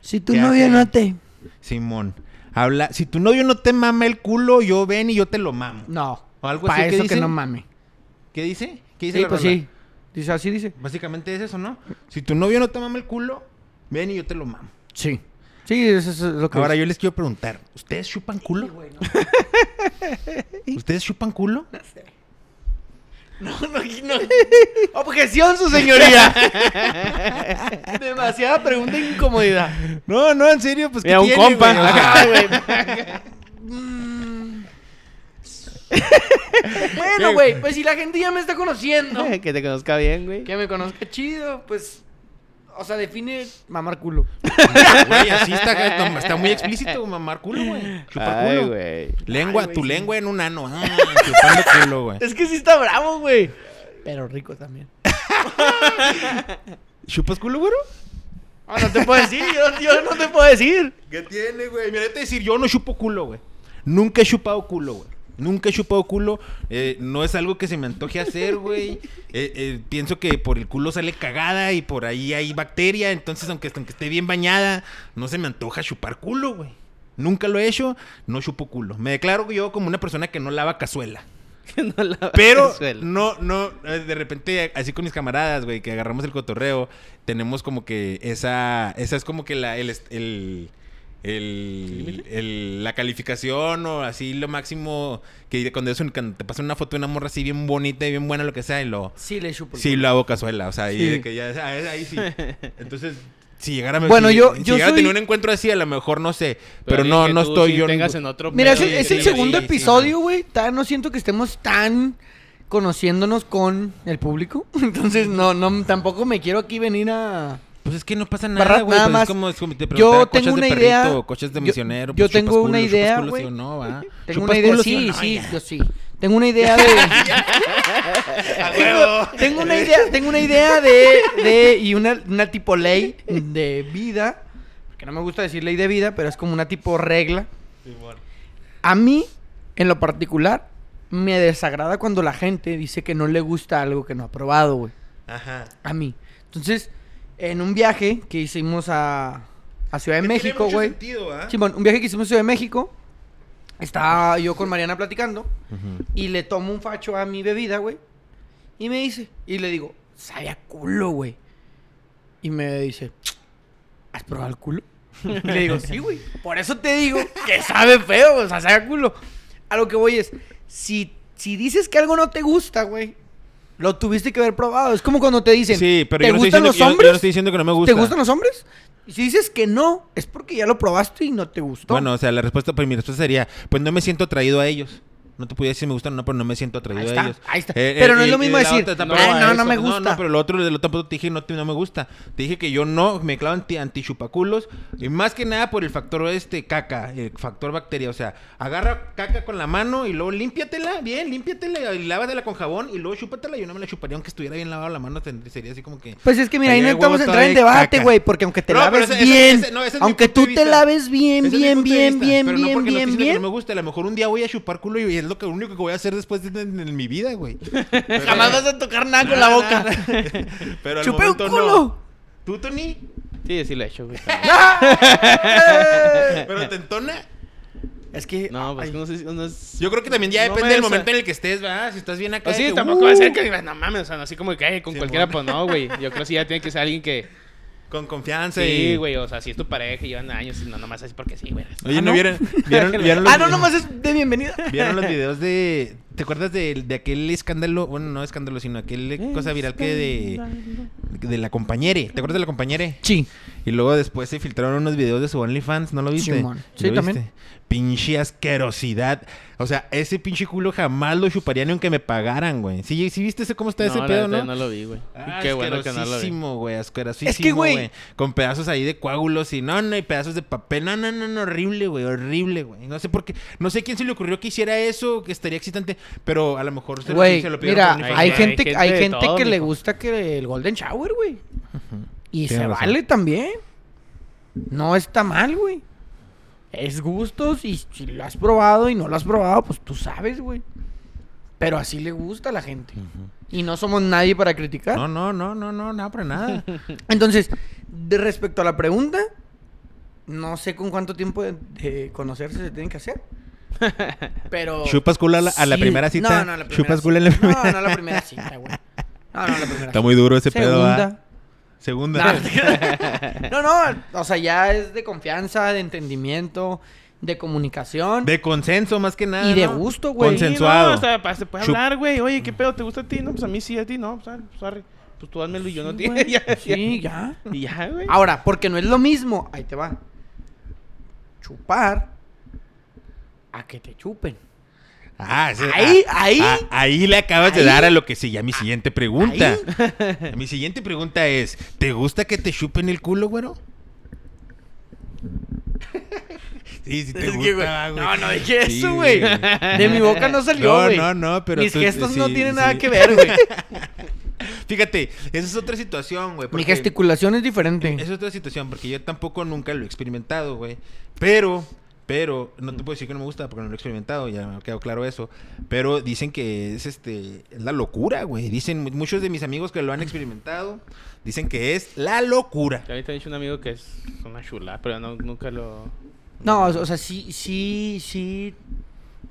Speaker 2: Si tu
Speaker 1: ¿Qué
Speaker 2: novio
Speaker 1: hace?
Speaker 2: no te...
Speaker 1: Simón, habla, si tu novio no te mama el culo, yo ven y yo te lo mamo.
Speaker 2: No.
Speaker 1: O algo
Speaker 2: Pa'
Speaker 1: así, ¿qué
Speaker 2: eso que
Speaker 1: dicen?
Speaker 2: no mame.
Speaker 1: ¿Qué dice? ¿Qué dice
Speaker 2: Sí,
Speaker 1: la
Speaker 2: pues
Speaker 1: rola?
Speaker 2: sí. Dice, así dice.
Speaker 1: Básicamente es eso, ¿no? Si tu novio no te mama el culo, ven y yo te lo mamo.
Speaker 2: Sí. Sí, eso es lo que...
Speaker 1: Ahora
Speaker 2: dice.
Speaker 1: yo les quiero preguntar, ¿ustedes chupan culo? ¿Ustedes chupan culo?
Speaker 2: Objeción, su señoría. Demasiada pregunta e incomodidad.
Speaker 1: No, no, en serio, pues
Speaker 3: Mira, un
Speaker 1: tiene,
Speaker 3: compa.
Speaker 1: güey? O sea,
Speaker 3: Ajá, güey.
Speaker 2: Bueno, güey, pues si la gente ya me está conociendo,
Speaker 3: Que te conozca bien, güey.
Speaker 2: que me conozca chido, pues. O sea, define mamar culo.
Speaker 1: Güey, así está, no, está muy explícito mamar culo, güey. Chupar
Speaker 3: Ay,
Speaker 1: culo.
Speaker 3: güey.
Speaker 1: Lengua,
Speaker 3: Ay, güey,
Speaker 1: tu
Speaker 3: sí.
Speaker 1: lengua en un ano. Ah, chupando culo, güey.
Speaker 2: Es que sí está bravo, güey. Pero rico también.
Speaker 1: ¿Chupas culo, güero?
Speaker 2: Ah, no te puedo decir, yo, yo no te puedo decir.
Speaker 1: ¿Qué tiene, güey? Mira, te decir, yo no chupo culo, güey. Nunca he chupado culo, güey. Nunca he chupado culo. eh, no es algo que se me antoje hacer, güey. Eh, eh, pienso que por el culo sale cagada y por ahí hay bacteria. Entonces, aunque, aunque esté bien bañada, no se me antoja chupar culo, güey. Nunca lo he hecho, no chupo culo. Me declaro yo como una persona que no lava cazuela.
Speaker 3: No la-
Speaker 1: Pero
Speaker 3: el suelo.
Speaker 1: no, no, eh, de repente, así con mis camaradas, güey, que agarramos el cotorreo, tenemos como que esa, esa es como que la, el, est- el, el, el- la calificación o así lo máximo que cuando, es un- cuando te pasa una foto de una morra así bien bonita y bien buena, lo que sea, y lo,
Speaker 2: Sí, le chupo. el
Speaker 1: sí
Speaker 2: culo.
Speaker 1: lo hago cazuela, o sea, ahí,
Speaker 2: Sí.
Speaker 1: de que ya, ahí, ahí sí. Entonces, si llegara,
Speaker 2: Bueno,
Speaker 1: si-
Speaker 2: yo-
Speaker 1: si
Speaker 2: yo
Speaker 1: llegara a tener
Speaker 2: soy-
Speaker 1: un encuentro así, a lo mejor no sé, pero,
Speaker 3: alguien
Speaker 1: no,
Speaker 3: que
Speaker 1: no
Speaker 3: tú
Speaker 1: estoy
Speaker 3: sí
Speaker 1: yo.
Speaker 3: tengas en otro
Speaker 2: Mira, es
Speaker 3: pedo
Speaker 2: el,
Speaker 3: y
Speaker 2: es
Speaker 3: que
Speaker 2: el
Speaker 3: digas,
Speaker 2: segundo
Speaker 1: sí, sí,
Speaker 2: episodio, güey. tan- No siento que estemos tan conociéndonos con el público. Entonces, no, no, tampoco me quiero aquí venir a.
Speaker 1: Pues es que no pasa
Speaker 2: Barra-
Speaker 1: nada, güey.
Speaker 2: nada
Speaker 1: pues
Speaker 2: más.
Speaker 1: Es como, es como te
Speaker 2: Yo
Speaker 1: preguntara,
Speaker 2: tengo
Speaker 1: coches
Speaker 2: una
Speaker 1: de
Speaker 2: idea-
Speaker 1: perrito, o coches de
Speaker 2: yo-
Speaker 1: misionero. Pues
Speaker 2: yo tengo
Speaker 1: chupas
Speaker 2: una
Speaker 1: chupas
Speaker 2: idea,
Speaker 1: culo, sí
Speaker 2: güey.
Speaker 1: o no, va.
Speaker 2: Tengo
Speaker 1: Chupas
Speaker 2: una idea.
Speaker 1: culo,
Speaker 2: Sí,
Speaker 1: o no,
Speaker 2: sí,
Speaker 1: ya.
Speaker 2: yo sí. Tengo una idea de. tengo, tengo una idea, tengo una idea de. de- y una, una tipo ley de vida. Que no me gusta decir ley de vida, pero es como una tipo regla. A mí, en lo particular, me desagrada cuando la gente dice que no le gusta algo que no ha probado, güey.
Speaker 1: Ajá.
Speaker 2: A mí. Entonces, en un viaje que hicimos a, a Ciudad
Speaker 1: Que
Speaker 2: de
Speaker 1: tiene
Speaker 2: México,
Speaker 1: mucho
Speaker 2: güey.
Speaker 1: sentido, ¿ah?
Speaker 2: Simón, un viaje que hicimos a Ciudad de México. Estaba yo con Mariana platicando. Y le tomo un facho a mi bebida, güey. Y me dice. Y le digo, sabe a culo, güey. Y me dice, ¿has probado el culo? Y le digo, sí, güey. Por eso te digo que sabe feo, o sea, sabe a culo. A lo que voy es, si, si dices que algo no te gusta, güey, lo tuviste que haber probado. Es como cuando te dicen,
Speaker 1: Sí, pero
Speaker 2: ¿te
Speaker 1: yo no, estoy diciendo,
Speaker 2: gustan los
Speaker 1: que- yo- yo
Speaker 2: hombres?
Speaker 1: no estoy diciendo que no me gusta.
Speaker 2: ¿Te gustan los hombres? Y si dices que no, es porque ya lo probaste y no te gustó.
Speaker 1: Bueno, o sea, la respuesta, pues mi respuesta sería, pues no me siento atraído a ellos. No te podía decir me gustan o no, pero no me siento atraído
Speaker 2: Ahí
Speaker 1: a
Speaker 2: está,
Speaker 1: ellos. Eh,
Speaker 2: ahí está. Pero no es lo mismo
Speaker 1: la
Speaker 2: decir,
Speaker 1: otra
Speaker 2: "Ay,
Speaker 1: tampoco,
Speaker 2: no, no
Speaker 1: eso,
Speaker 2: me
Speaker 1: No,
Speaker 2: gusta".
Speaker 1: pero lo otro de lo tampoco te dije, no, te- no me gusta. Te dije que yo no, me clavo anti, antichupaculos. Y más que nada por el factor este, caca, el factor bacteria. O sea, agarra caca con la mano y luego límpiatela, bien, límpiatela, y lávatela con jabón y luego chúpatela. Yo no me la chuparía, aunque estuviera bien lavada la mano, tend- sería así como que...
Speaker 2: Pues es que mira, ahí
Speaker 1: Ahí
Speaker 2: no
Speaker 1: hay
Speaker 2: estamos
Speaker 1: huevos
Speaker 2: a entrar en
Speaker 1: todavía de
Speaker 2: debate,
Speaker 1: caca.
Speaker 2: güey, porque aunque te
Speaker 1: No, pero
Speaker 2: laves
Speaker 1: ese- ese-
Speaker 2: bien,
Speaker 1: ese- no, ese es mi
Speaker 2: aunque
Speaker 1: punto
Speaker 2: tú
Speaker 1: de
Speaker 2: te
Speaker 1: vista.
Speaker 2: laves
Speaker 1: Ese
Speaker 2: bien,
Speaker 1: es mi
Speaker 2: bien,
Speaker 1: punto de
Speaker 2: bien,
Speaker 1: vista,
Speaker 2: bien,
Speaker 1: pero no
Speaker 2: bien,
Speaker 1: porque no estoy
Speaker 2: bien,
Speaker 1: diciendo que
Speaker 2: bien.
Speaker 1: No me gusta, a lo mejor un día voy a chupar culo y es lo que único que voy a hacer después de- en, en mi vida, güey. Pero-
Speaker 2: Jamás vas a tocar nada con la boca.
Speaker 1: Pero al
Speaker 2: Chupé un
Speaker 1: momento
Speaker 2: culo.
Speaker 1: No. ¿Tú, Tony?
Speaker 3: Sí, sí lo he hecho, güey.
Speaker 1: ¿Pero te entona?
Speaker 2: Es que
Speaker 3: No, pues no sé si... No es...
Speaker 1: Yo creo que también ya
Speaker 3: No
Speaker 1: depende
Speaker 3: me
Speaker 1: del
Speaker 3: des-
Speaker 1: momento en el que estés, ¿verdad? Si estás bien acá.
Speaker 3: O sí,
Speaker 1: de que,
Speaker 3: tampoco
Speaker 1: uh,
Speaker 3: va a ser que digas, no mames, o sea, no, así como que ay, con
Speaker 1: Simón.
Speaker 3: cualquiera, pues no, güey. Yo creo que sí ya tiene que ser alguien que.
Speaker 1: uh, Con confianza
Speaker 3: Sí,
Speaker 1: y...
Speaker 3: güey, o sea, si es tu pareja y llevan años, no, nomás así porque sí, güey.
Speaker 1: Oye,
Speaker 2: Ah,
Speaker 1: ¿no,
Speaker 2: ¿no?
Speaker 1: vieron, vieron, vieron los,
Speaker 2: Ah, no, nomás es de bienvenida.
Speaker 1: vieron los videos de... ¿Te acuerdas de, de aquel escándalo? Bueno, no escándalo, sino aquel eh, cosa viral que de... De la compañere. ¿Te acuerdas de la compañere?
Speaker 2: Sí.
Speaker 1: Y luego después se filtraron unos videos de su OnlyFans, ¿no lo viste?
Speaker 2: Simón. Sí,
Speaker 1: ¿Lo viste?
Speaker 2: también.
Speaker 1: Pinche asquerosidad. O sea, ese pinche culo jamás lo chuparía ni aunque me pagaran, güey. ¿Sí, sí viste ese, cómo está ese
Speaker 3: la
Speaker 1: pedo,
Speaker 3: neta,
Speaker 1: no?
Speaker 3: no lo vi, güey.
Speaker 1: Ah,
Speaker 3: Qué bueno que no lo vi.
Speaker 1: asquerosísimo, güey, asquerosísimo,
Speaker 2: Es que, güey.
Speaker 1: güey. Con pedazos ahí de coágulos y no, no, y pedazos de papel. No, no, no, no, horrible, güey, horrible, güey. No sé por qué, no sé quién se le ocurrió que hiciera eso, que estaría excitante, pero a lo mejor se, lo-
Speaker 2: Güey,
Speaker 1: se lo pidieron
Speaker 2: mira,
Speaker 1: por
Speaker 3: OnlyFans.
Speaker 2: hay
Speaker 3: Hay
Speaker 2: gente,
Speaker 3: gente
Speaker 2: hay
Speaker 3: de
Speaker 2: gente
Speaker 3: todo,
Speaker 2: que le
Speaker 3: mijo.
Speaker 2: gusta que el Golden Shower, güey. Y
Speaker 1: Tienes
Speaker 2: se
Speaker 1: razón.
Speaker 2: vale también. No está mal, güey. Es gustos y si lo has probado y no lo has probado, pues tú sabes, güey. Pero así le gusta a la gente. Y no somos nadie para criticar.
Speaker 1: No, no, no, no, no, no, para nada.
Speaker 2: Entonces, de respecto a la pregunta, no sé con cuánto tiempo de, de conocerse se tienen que hacer. Pero.
Speaker 1: ¿Chupas culo a la, a la
Speaker 2: Sí.
Speaker 1: primera cita?
Speaker 2: No, no, a la primera
Speaker 1: ¿Chupas
Speaker 2: cita.
Speaker 1: culo en la primera
Speaker 2: No, no, a la primera cita, güey. No, no, a la primera
Speaker 1: Está muy duro ese pedo, ¿verdad?
Speaker 2: Segunda.
Speaker 1: Segunda.
Speaker 2: No, no, no, o sea, ya es de confianza, de entendimiento, de comunicación.
Speaker 1: De consenso, más que nada.
Speaker 2: Y de
Speaker 1: ¿no?
Speaker 2: gusto, güey.
Speaker 1: Consensuado.
Speaker 3: Sí, no, hasta, hasta puede
Speaker 1: Chup-
Speaker 3: hablar, güey. Oye, ¿qué pedo? ¿Te gusta a ti? No, pues a mí sí, a ti no. Pues, ah, sorry. Pues tú házmelo y yo no
Speaker 2: Sí,
Speaker 3: te.
Speaker 2: güey.
Speaker 3: ya, ya.
Speaker 2: Sí, ya.
Speaker 3: Y ya, güey.
Speaker 2: Ahora, porque no es lo mismo, ahí te va. Chupar a que te chupen.
Speaker 1: Ah, ese-
Speaker 2: Ahí,
Speaker 1: ah,
Speaker 2: ahí.
Speaker 1: ah, ahí le acabas de
Speaker 2: Ahí.
Speaker 1: dar a lo que sigue. A mi siguiente pregunta. A mi siguiente pregunta es: ¿Te gusta que te chupen el culo, güero? Sí, sí, te
Speaker 2: Es que, güey,
Speaker 1: gusta, güey.
Speaker 2: no, no dije
Speaker 1: Sí,
Speaker 2: eso, güey. De mi boca no salió,
Speaker 1: No,
Speaker 2: güey.
Speaker 1: no, no, pero
Speaker 2: Mis
Speaker 1: tú-
Speaker 2: gestos no
Speaker 1: sí,
Speaker 2: tienen
Speaker 1: sí.
Speaker 2: nada que ver, güey.
Speaker 1: Fíjate, esa es otra situación, güey.
Speaker 2: Mi
Speaker 1: porque-
Speaker 2: gesticulación es diferente.
Speaker 1: Es otra situación, porque yo tampoco nunca lo he experimentado, güey. Pero, pero, no
Speaker 2: Mm.
Speaker 1: te puedo decir que no me gusta porque no lo he experimentado, ya me quedó claro eso. Pero dicen que es este, es la locura, güey. Dicen mu- muchos de mis amigos que lo
Speaker 2: Mm.
Speaker 1: han experimentado, dicen que es la locura.
Speaker 3: A mí también es un amigo que es una chula, pero no, nunca lo.
Speaker 2: No, o sea, sí, sí, sí.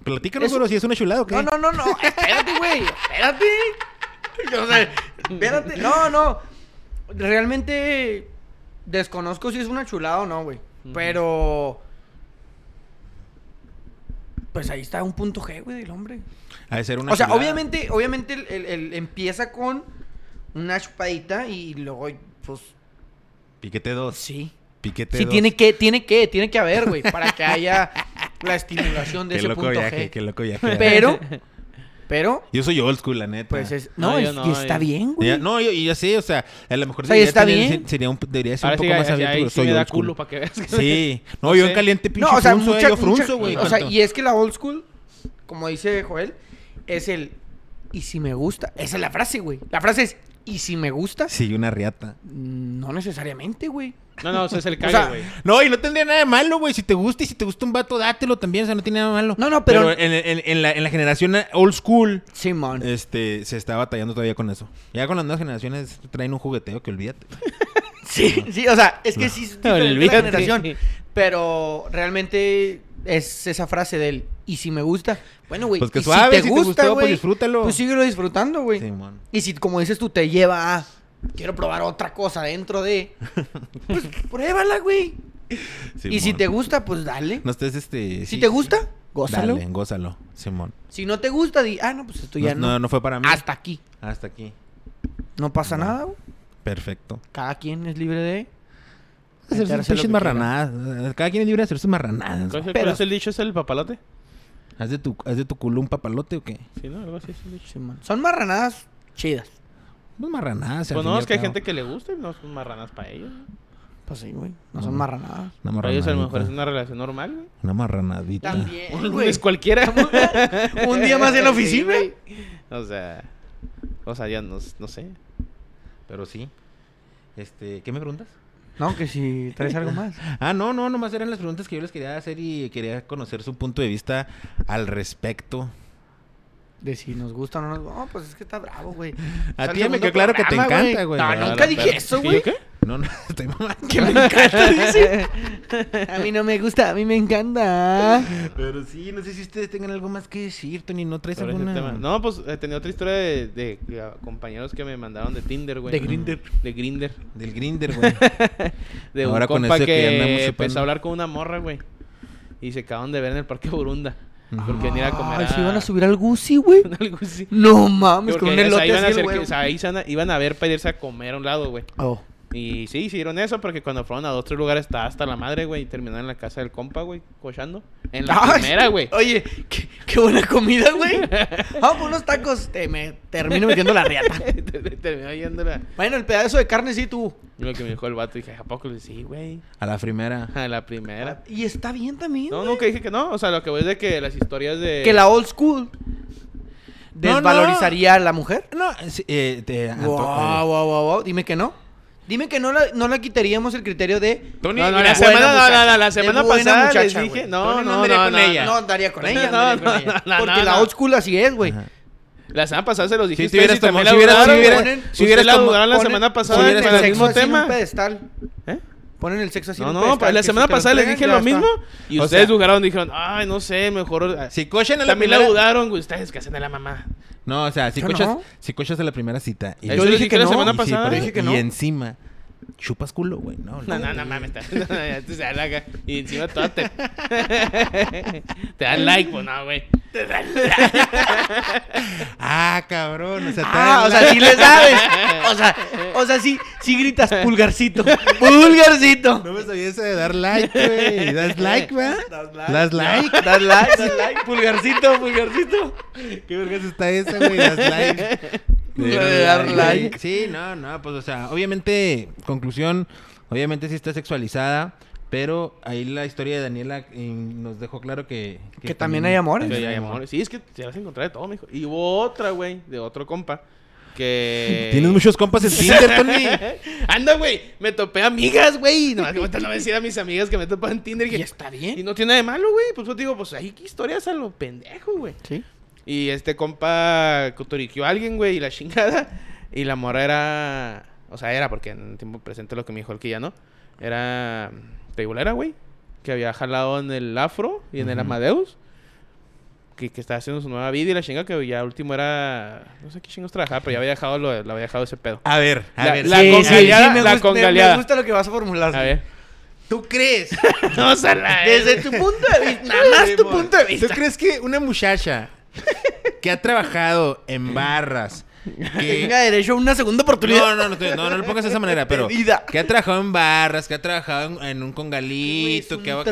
Speaker 1: Platícanos,
Speaker 2: Eso-
Speaker 1: güey, si es una chulada o qué.
Speaker 2: No, no, no, no. Espérate, güey. Espérate. O sea, espérate. No, no. Realmente desconozco si es una chulada o no, güey.
Speaker 3: Ujú.
Speaker 2: Pero. Pues ahí está un punto G, güey, del hombre.
Speaker 1: Ha de ser una
Speaker 2: o sea,
Speaker 1: chulada.
Speaker 2: obviamente, obviamente el, el- el empieza con una chupadita y luego, pues,
Speaker 1: Piquete dos,
Speaker 2: sí.
Speaker 1: piquete
Speaker 2: Sí,
Speaker 1: dos.
Speaker 2: tiene que, tiene que, tiene que haber, güey, para que haya la estimulación de
Speaker 1: Qué
Speaker 2: ese
Speaker 1: loco
Speaker 2: punto
Speaker 1: viaje,
Speaker 2: G.
Speaker 1: qué loco viaje.
Speaker 2: Pero, pero,
Speaker 1: Yo soy old school, la neta.
Speaker 2: pues es. No,
Speaker 3: No, yo
Speaker 2: es-
Speaker 3: no,
Speaker 2: y está
Speaker 3: yo-
Speaker 2: bien, güey.
Speaker 1: Ya- no, yo, yo sí, o sea, a lo mejor
Speaker 2: O sea, y
Speaker 1: debería
Speaker 2: está
Speaker 1: tener-
Speaker 2: bien.
Speaker 1: se- sería un, debería ser
Speaker 3: Ahora
Speaker 1: un poco
Speaker 3: sí,
Speaker 1: más
Speaker 3: ahí-
Speaker 1: abierto,
Speaker 3: ahí
Speaker 1: pero
Speaker 3: sí
Speaker 1: soy
Speaker 3: me da
Speaker 1: old school.
Speaker 3: culo para que veas. que-
Speaker 1: Sí, no,
Speaker 3: No
Speaker 1: yo
Speaker 3: sé.
Speaker 1: en caliente pinche
Speaker 2: No, o sea,
Speaker 1: frunzo, eh,
Speaker 2: mucha-
Speaker 1: yo frunzo,
Speaker 2: mucha-
Speaker 1: güey.
Speaker 2: O sea,
Speaker 1: tanto.
Speaker 2: y es que la old school, como dice Joel, es el. Y si me gusta. Esa es la frase, güey. La frase es. Y si me gusta.
Speaker 1: Sí, una riata.
Speaker 2: No necesariamente, güey.
Speaker 3: No, no, o sea, es el
Speaker 2: sea,
Speaker 3: cague, güey.
Speaker 1: No, y no tendría nada de malo, güey. Si te gusta y si te gusta un vato, dátelo también. O sea, no tiene nada de malo.
Speaker 2: No, no, pero-
Speaker 1: en, en- en la, en la generación old school,
Speaker 2: Simón.
Speaker 1: este, se está batallando todavía con eso. Ya con las nuevas generaciones traen un jugueteo que olvídate.
Speaker 2: Sí, sí, o sea, es que sí es diferente la
Speaker 3: Olvídate.
Speaker 2: generación. Pero realmente es esa frase del. Y si me gusta. Bueno, güey.
Speaker 1: Pues que
Speaker 2: y
Speaker 1: suave, si te gustó, pues
Speaker 2: güey,
Speaker 1: disfrútalo.
Speaker 2: Pues síguelo disfrutando, güey.
Speaker 1: Simón.
Speaker 2: Y si, como dices tú, te lleva a. Quiero probar otra cosa dentro de. Pues pruébala, güey. Y si
Speaker 1: Simón.
Speaker 2: te gusta, pues dale.
Speaker 1: No estés, este...
Speaker 2: si
Speaker 1: sí,
Speaker 2: te gusta, gózalo.
Speaker 1: Dale, gózalo, Simón.
Speaker 2: Si no te gusta, di, ah, no, pues esto ya
Speaker 1: No,
Speaker 2: no.
Speaker 1: no, no fue para mí.
Speaker 2: Hasta aquí.
Speaker 1: Hasta aquí.
Speaker 2: No pasa nada, güey.
Speaker 1: Perfecto.
Speaker 2: Cada quien es libre de.
Speaker 1: Hacer
Speaker 2: meterse
Speaker 1: sus
Speaker 2: lo que
Speaker 1: pinches
Speaker 2: quiera.
Speaker 1: marranadas. Cada quien es libre de hacer sus marranadas.
Speaker 3: ¿Cuál es el-
Speaker 2: Pero-
Speaker 3: cuál es el dicho? ¿Es el papalote?
Speaker 4: ¿Haz de tu, haz de tu culo un papalote o qué?
Speaker 3: Sí, ¿no? Algo así. es un hecho.
Speaker 2: Simón. Son marranadas chidas.
Speaker 4: Pues marranadas. al
Speaker 3: Pues
Speaker 4: fin y
Speaker 3: no,
Speaker 4: al
Speaker 3: es que hay
Speaker 4: cabo.
Speaker 3: gente que le gusta y no son marranas para ellos. ¿no?
Speaker 2: Pues sí, güey. No son
Speaker 4: Ujú.
Speaker 2: marranadas.
Speaker 4: Una
Speaker 3: Para ellos a lo mejor es
Speaker 4: marranadita.
Speaker 3: una relación normal, güey.
Speaker 4: Una marranadita.
Speaker 3: Un lunes cualquiera.
Speaker 2: Eh, Un día más en la
Speaker 3: Sí,
Speaker 2: oficina.
Speaker 3: güey. o sea, o sea, ya no, no sé.
Speaker 1: Pero sí. Este, ¿qué me preguntas?
Speaker 2: No, que si traes algo más.
Speaker 1: Ah, no, no, nomás eran las preguntas que yo les quería hacer y quería conocer su punto de vista al respecto.
Speaker 2: De si nos gusta o no nos gusta. No, pues es que está bravo, güey.
Speaker 1: A
Speaker 2: Sale
Speaker 1: ti ya me
Speaker 2: segundo
Speaker 1: quedó claro que te
Speaker 2: programa,
Speaker 1: encanta, güey.
Speaker 2: No,
Speaker 1: Claro,
Speaker 2: Ah, nunca dije
Speaker 1: pero-
Speaker 2: eso,
Speaker 3: ¿Y yo
Speaker 2: güey.
Speaker 3: qué?
Speaker 1: No, no, estoy mamando.
Speaker 2: Que me encanta, dice. A mí no me gusta, a mí me encanta.
Speaker 1: Pero sí, no sé si ustedes tengan algo más que decir, Tony, ¿no traes
Speaker 3: Sobre ese
Speaker 1: alguna?
Speaker 3: tema. No, pues eh, tenía otra historia de, de- de ah, compañeros que me mandaron de Tinder, güey.
Speaker 2: De Grindr.
Speaker 3: De Grinder.
Speaker 1: Del Grinder, güey.
Speaker 3: De
Speaker 4: Ahora
Speaker 3: un
Speaker 4: con
Speaker 3: compa
Speaker 4: ese
Speaker 3: que,
Speaker 4: que andamos
Speaker 3: empezó
Speaker 4: chupando.
Speaker 3: a hablar con una morra, güey. Y se acaban de ver en el Parque Burunda. Porque venir a comer
Speaker 2: Ay, se iban a subir al Gucci, güey.
Speaker 3: Algo así.
Speaker 2: No mames,
Speaker 3: Porque
Speaker 2: con un
Speaker 3: o
Speaker 2: elote
Speaker 3: sea, iban a
Speaker 2: así,
Speaker 3: hacer
Speaker 2: güey.
Speaker 3: que- o sea, ahí se van a- iban a ver para irse a comer a un lado, güey.
Speaker 2: Oh.
Speaker 3: Y sí, hicieron eso porque cuando fueron a otro lugar estaba hasta la madre, güey. Y terminaron en la casa del compa, güey, cochando. En la
Speaker 2: Ay,
Speaker 3: primera, güey.
Speaker 2: Oye, qué, qué buena comida, güey. Vamos por unos tacos. Te me termino metiendo la riata.
Speaker 3: Terminó yéndola.
Speaker 2: Bueno, el pedazo de carne sí tú.
Speaker 3: Y lo que me dijo el vato, dije, ¿a poco? Le dije, sí, güey.
Speaker 1: A la primera.
Speaker 3: A la primera.
Speaker 2: Y está bien también.
Speaker 3: No, eh.
Speaker 2: güey.
Speaker 3: nunca dije que no. O sea, lo que voy es de que las historias de.
Speaker 2: Que la old school
Speaker 1: No,
Speaker 2: desvalorizaría a la mujer.
Speaker 1: No, sí, eh, te- a to- eh,
Speaker 2: Wow, wow, wow, wow. Dime que no. Dime que no la, no la quitaríamos el criterio de.
Speaker 1: Tony, mira,
Speaker 3: No, no, la
Speaker 2: buena
Speaker 3: semana, no,
Speaker 2: muchacha,
Speaker 3: no, no,
Speaker 2: de
Speaker 3: la semana
Speaker 2: buena
Speaker 3: pasada
Speaker 2: muchacha,
Speaker 3: les dije.
Speaker 2: güey.
Speaker 3: No,
Speaker 1: Tony no
Speaker 3: no,
Speaker 1: andaría
Speaker 3: no,
Speaker 1: con
Speaker 3: no,
Speaker 1: ella.
Speaker 2: No andaría con ella.
Speaker 3: No,
Speaker 2: andaría con
Speaker 3: no,
Speaker 2: ella.
Speaker 3: no, no,
Speaker 2: Porque
Speaker 3: no,
Speaker 2: la
Speaker 3: no.
Speaker 2: old school así es, güey.
Speaker 1: Ajá.
Speaker 3: La semana pasada se los dije.
Speaker 1: Si
Speaker 3: ustedes
Speaker 1: hubieras
Speaker 3: y
Speaker 1: tomado-
Speaker 3: también la
Speaker 1: si hubieras- si
Speaker 3: dudaron,
Speaker 1: hubieras-
Speaker 3: güey.
Speaker 1: si
Speaker 3: Ustedes
Speaker 1: hubieras
Speaker 3: la
Speaker 1: tomado-
Speaker 3: dudaron la
Speaker 2: Ponen-
Speaker 3: semana pasada
Speaker 1: si hubieras
Speaker 3: con
Speaker 2: Ponen el
Speaker 3: el
Speaker 1: tomado-
Speaker 2: sexo así
Speaker 3: mismo
Speaker 2: en un
Speaker 3: tema.
Speaker 2: pedestal.
Speaker 3: ¿Eh?
Speaker 2: Ponen el sexo así en
Speaker 3: No,
Speaker 2: un
Speaker 3: no,
Speaker 2: pedestal,
Speaker 3: pues, la
Speaker 2: que
Speaker 3: semana
Speaker 2: si te lo
Speaker 3: pasada les
Speaker 2: entregan, ya
Speaker 3: dije lo
Speaker 2: está.
Speaker 3: mismo. Y
Speaker 1: O
Speaker 3: ustedes
Speaker 1: sea-
Speaker 3: dudaron, dijeron, ay, no sé, mejor. ah,
Speaker 1: Si cochen a la
Speaker 3: También la
Speaker 1: primera.
Speaker 3: dudaron, güey. Ustedes que hacen de la mamá.
Speaker 1: No, o sea, si
Speaker 2: Yo
Speaker 1: cochas,
Speaker 2: no.
Speaker 1: si cochas a la primera cita. Y
Speaker 3: Eso Yo dije dije que la no. semana
Speaker 1: Y sí,
Speaker 3: pasada.
Speaker 1: pero-
Speaker 2: Yo dije que
Speaker 1: y
Speaker 2: no.
Speaker 1: encima, chupas culo, güey. No,
Speaker 3: No, no, no mames. te- ya te se halaga. Y encima toda te. te dan like, pues no, güey.
Speaker 1: Ah, cabrón. O sea,
Speaker 2: Ah, o sea, sí le sabes. O sea, o sea, sí, sí gritas pulgarcito. Pulgarcito.
Speaker 1: No me sabía eso de dar like, güey. ¿Das like, va? ¿Das
Speaker 2: Das like.
Speaker 1: like?
Speaker 2: Das like, das like, pulgarcito, pulgarcito.
Speaker 1: ¿Qué vergas está eso, güey? ¿Das like?
Speaker 2: Lo de dar like.
Speaker 1: Sí, no, no, pues, o sea, obviamente, conclusión, obviamente sí está sexualizada, pero ahí la historia de Daniela eh, nos dejó claro que...
Speaker 2: Que también hay amores.
Speaker 3: Pero
Speaker 1: también
Speaker 3: ya
Speaker 1: hay
Speaker 3: hay amores. Sí, es que te vas a encontrar de todo, mijo. Y hubo otra, güey, de otro compa. Que.
Speaker 1: Tienes muchos compas en Tinder, Tony.
Speaker 3: Anda, güey. Me topé amigas, güey. Nomás que ahorita no voy a decir a mis amigas que me topan en Tinder.
Speaker 2: Y
Speaker 3: que-
Speaker 2: está bien.
Speaker 3: Y no tiene nada de malo, güey. Pues yo digo, pues hay historias a lo pendejo, güey.
Speaker 2: Sí.
Speaker 3: Y este compa cotoriqueó a alguien, güey, y la chingada. Y la morra era. O sea, era, porque en tiempo presente lo que me dijo el que ya no. Era. mm, Tegulera, güey. Que había jalado en el afro y en el
Speaker 1: Ujú.
Speaker 3: Amadeus. Que, que estaba haciendo su nueva vida y la chinga que ya último era. No sé qué chingos trabajaba, pero ya había dejado, lo, lo había dejado ese pedo.
Speaker 1: A ver, a
Speaker 3: La-
Speaker 1: ver.
Speaker 3: la
Speaker 1: sí,
Speaker 3: con-
Speaker 1: sí.
Speaker 3: congaleada,
Speaker 2: me
Speaker 3: la
Speaker 2: gusta- me-
Speaker 3: congaleada.
Speaker 2: Me gusta lo que vas a formular.
Speaker 3: A ver.
Speaker 1: ¿Tú crees?
Speaker 3: No, sala.
Speaker 2: Desde tu punto de vista, nada más tu punto de
Speaker 1: ¿Tú
Speaker 2: vista.
Speaker 1: crees que una muchacha que ha trabajado en barras, que
Speaker 2: Tenga derecho a una segunda
Speaker 1: No,
Speaker 2: oportunidad.
Speaker 1: no, no, te- no, no lo pongas de esa manera, pero
Speaker 2: Perdida.
Speaker 1: que ha trabajado en barras, que ha trabajado en, en un congalito,
Speaker 2: Güey, es
Speaker 1: que,
Speaker 2: un
Speaker 1: ha- que-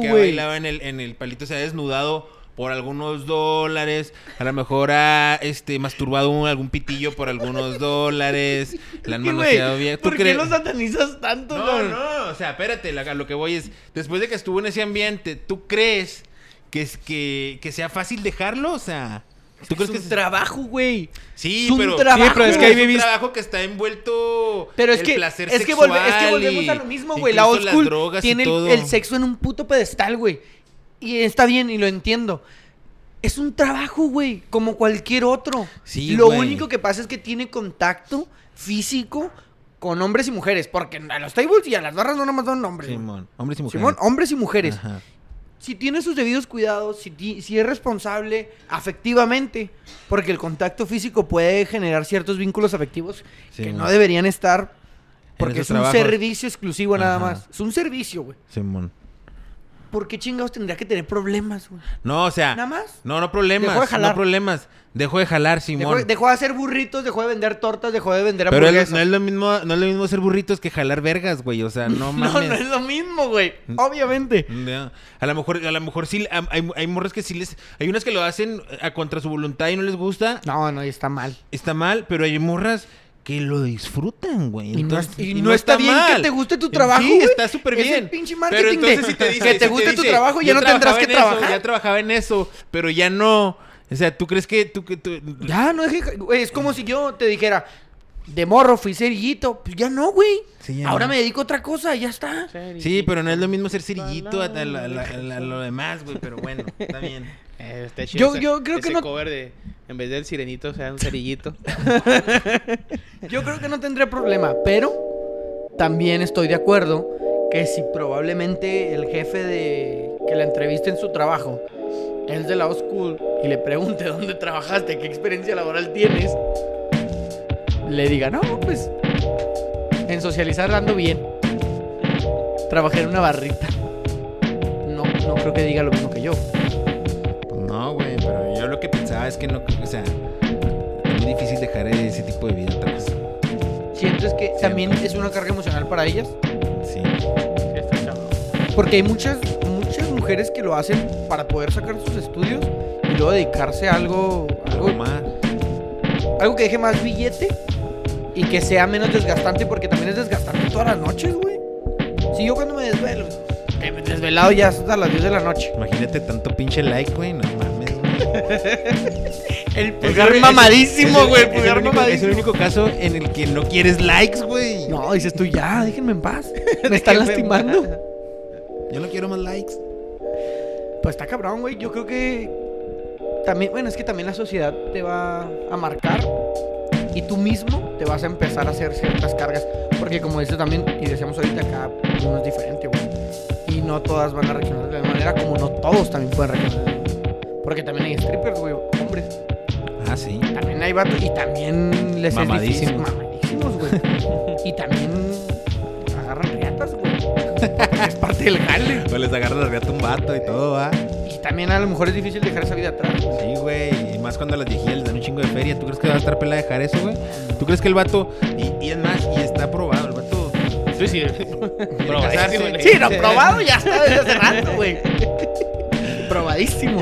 Speaker 1: que- que ha
Speaker 2: güey.
Speaker 1: bailado en el, en el palito, se ha desnudado por algunos dólares, a lo mejor ha este, masturbado un- algún pitillo por algunos dólares, la han
Speaker 2: Güey,
Speaker 1: manoseado bien. ¿Tú
Speaker 2: ¿Por qué
Speaker 1: crees?
Speaker 2: los satanizas tanto,
Speaker 1: No,
Speaker 2: cabrón?
Speaker 1: no, o sea, espérate, la- a lo que voy es, después de que estuvo en ese ambiente, ¿tú crees que, es, que, que sea fácil dejarlo? O sea, ¿tú crees
Speaker 2: Es
Speaker 1: que
Speaker 2: un trabajo, güey.
Speaker 1: Sí,
Speaker 2: Es un
Speaker 1: pero,
Speaker 2: trabajo.
Speaker 1: sí, pero es que ahí
Speaker 2: Es un
Speaker 1: vivís. trabajo que está envuelto.
Speaker 2: Pero es
Speaker 1: el
Speaker 2: que,
Speaker 1: placer
Speaker 2: es, que
Speaker 1: sexual
Speaker 2: volve- es que volvemos
Speaker 1: y
Speaker 2: a lo mismo, güey. La
Speaker 1: incluso
Speaker 2: old
Speaker 1: las
Speaker 2: school
Speaker 1: drogas y
Speaker 2: tiene el,
Speaker 1: todo.
Speaker 2: el sexo en un puto pedestal, güey. Y está bien, y lo entiendo. Es un trabajo, güey, como cualquier otro.
Speaker 1: Sí,
Speaker 2: lo
Speaker 1: güey.
Speaker 2: único que pasa es que tiene contacto físico con hombres y mujeres. Porque a los tables y a las barras no nomás son hombres. güey.
Speaker 1: Simón, hombres y mujeres.
Speaker 2: Simón, hombres y mujeres.
Speaker 1: Ajá.
Speaker 2: Si tiene sus debidos cuidados, si, ti- si es responsable afectivamente, porque el contacto físico puede generar ciertos vínculos afectivos
Speaker 1: Sí,
Speaker 2: que
Speaker 1: güey.
Speaker 2: no deberían estar, porque
Speaker 1: esos
Speaker 2: es un
Speaker 1: trabajos.
Speaker 2: servicio exclusivo nada
Speaker 1: Ajá.
Speaker 2: más. Es un servicio, güey.
Speaker 1: Simón.
Speaker 2: ¿por qué chingados tendría que tener problemas, güey?
Speaker 1: No, o sea.
Speaker 2: ¿Nada más?
Speaker 1: No, no problemas.
Speaker 2: Dejó de jalar.
Speaker 1: No problemas. Dejó de jalar,
Speaker 2: Dejó,
Speaker 1: Simón.
Speaker 2: dejó de hacer burritos, dejó de vender tortas, dejó de vender
Speaker 1: Pero
Speaker 2: hamburguesas.
Speaker 1: es- no, es lo mismo, no es lo mismo ser burritos que jalar vergas, güey. O sea, no mames.
Speaker 2: no, no es lo mismo, güey. Obviamente.
Speaker 1: Ya. A lo mejor, a lo mejor sí, am- hay, hay morras que sí les... Hay unas que lo hacen eh, a contra su voluntad y no les gusta.
Speaker 2: No, no, y está mal.
Speaker 1: Está mal, pero hay morras que lo disfrutan, güey.
Speaker 2: Y no
Speaker 1: Entonces-
Speaker 2: es- y no está bien que te guste tu trabajo,
Speaker 1: Sí,
Speaker 2: güey.
Speaker 1: está súper
Speaker 2: Es
Speaker 1: bien.
Speaker 2: el pinche marketing de- que te
Speaker 1: si
Speaker 2: guste tu trabajo, ya
Speaker 1: "Yo
Speaker 2: no tendrás
Speaker 1: trabajaba
Speaker 2: que
Speaker 1: en eso,
Speaker 2: trabajar".
Speaker 1: ya trabajaba en eso, pero ya no... O sea, ¿tú crees que tú... que tú-
Speaker 2: Ya, no es que- güey, es como si yo te dijera, de morro fui cerillito. Pues ya no, güey.
Speaker 1: Sí, ya
Speaker 2: Ahora
Speaker 1: no.
Speaker 2: me dedico a otra cosa, ya está.
Speaker 1: Sí, pero no es lo mismo ser cerillito a, a- a- a- a- a lo demás, güey, pero bueno, está bien.
Speaker 3: Eh, está chido
Speaker 2: Yo-
Speaker 3: ese-
Speaker 2: yo creo que
Speaker 3: ese
Speaker 2: no-
Speaker 3: cover de, en vez del sirenito, sea un cerillito.
Speaker 2: Yo creo que no tendré problema, pero también estoy de acuerdo que si probablemente el jefe de que la entreviste en su trabajo es de la school y le pregunte dónde trabajaste, qué experiencia laboral tienes, le diga, no, pues en socializar ando bien. Trabajé en una barrita. No, no creo que diga lo mismo que yo.
Speaker 1: Pues no, güey, pero yo lo que pensaba es que no, o sea, es muy difícil dejar ese tipo de vida atrás.
Speaker 2: Sientes que también es una carga emocional para ellas.
Speaker 1: Sí.
Speaker 2: Porque hay muchas, muchas mujeres que lo hacen para poder sacar sus estudios y luego dedicarse a algo,
Speaker 1: Algo
Speaker 2: algo,
Speaker 1: más.
Speaker 2: algo que deje más billete y que sea menos desgastante, porque también es desgastante todas las noches, güey. Si yo cuando me desvelo, eh, desvelado ya hasta las 10 de la noche.
Speaker 1: Imagínate tanto pinche like, güey, no mames. güey. Es
Speaker 2: El
Speaker 1: el- es el- es el
Speaker 2: pulgar
Speaker 1: único- Es el único caso en el que no quieres likes, güey.
Speaker 2: No, dices tú ya, déjenme en paz. Me están lastimando.
Speaker 1: Yo no quiero más likes.
Speaker 2: Pues está cabrón, güey. Yo creo que también, bueno, es que también la sociedad te va a marcar y tú mismo te vas a empezar a hacer ciertas cargas. Porque como dices también, y decíamos ahorita, cada uno es diferente, güey. Y no todas van a reaccionar de la misma manera, como no todos también pueden reaccionar. de la misma manera. Porque también hay strippers, güey, hombres.
Speaker 1: Ah, sí.
Speaker 2: También hay vatos y también les es difícil.
Speaker 1: Mamadísimos.
Speaker 2: Mamadísimos, güey. y también agarran riatas, güey. Porque es parte del jale.
Speaker 1: O les agarra la gata un vato y todo, va.
Speaker 2: Y también a lo mejor es difícil dejar esa vida atrás.
Speaker 1: Sí, güey. Y más cuando a las viejías les dan un chingo de feria. ¿Tú crees que va a estar pela dejar eso, güey? ¿Tú crees que el vato. Y, y es más, y está probado, el vato.
Speaker 3: Sí, sí.
Speaker 1: casarse.
Speaker 3: güey.
Speaker 2: Sí, no, probado ya está desde hace rato, güey. Probadísimo.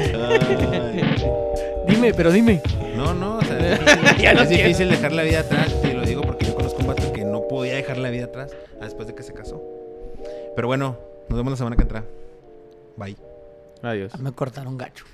Speaker 2: Dime, pero dime.
Speaker 1: No, no, o sea, es difícil, es difícil dejar la vida atrás, te lo digo porque yo conozco un vato que no podía dejar la vida atrás después de que se casó. Pero bueno, nos vemos la semana que entra. Bye.
Speaker 3: Adiós.
Speaker 2: Me Ah, cortaron gacho.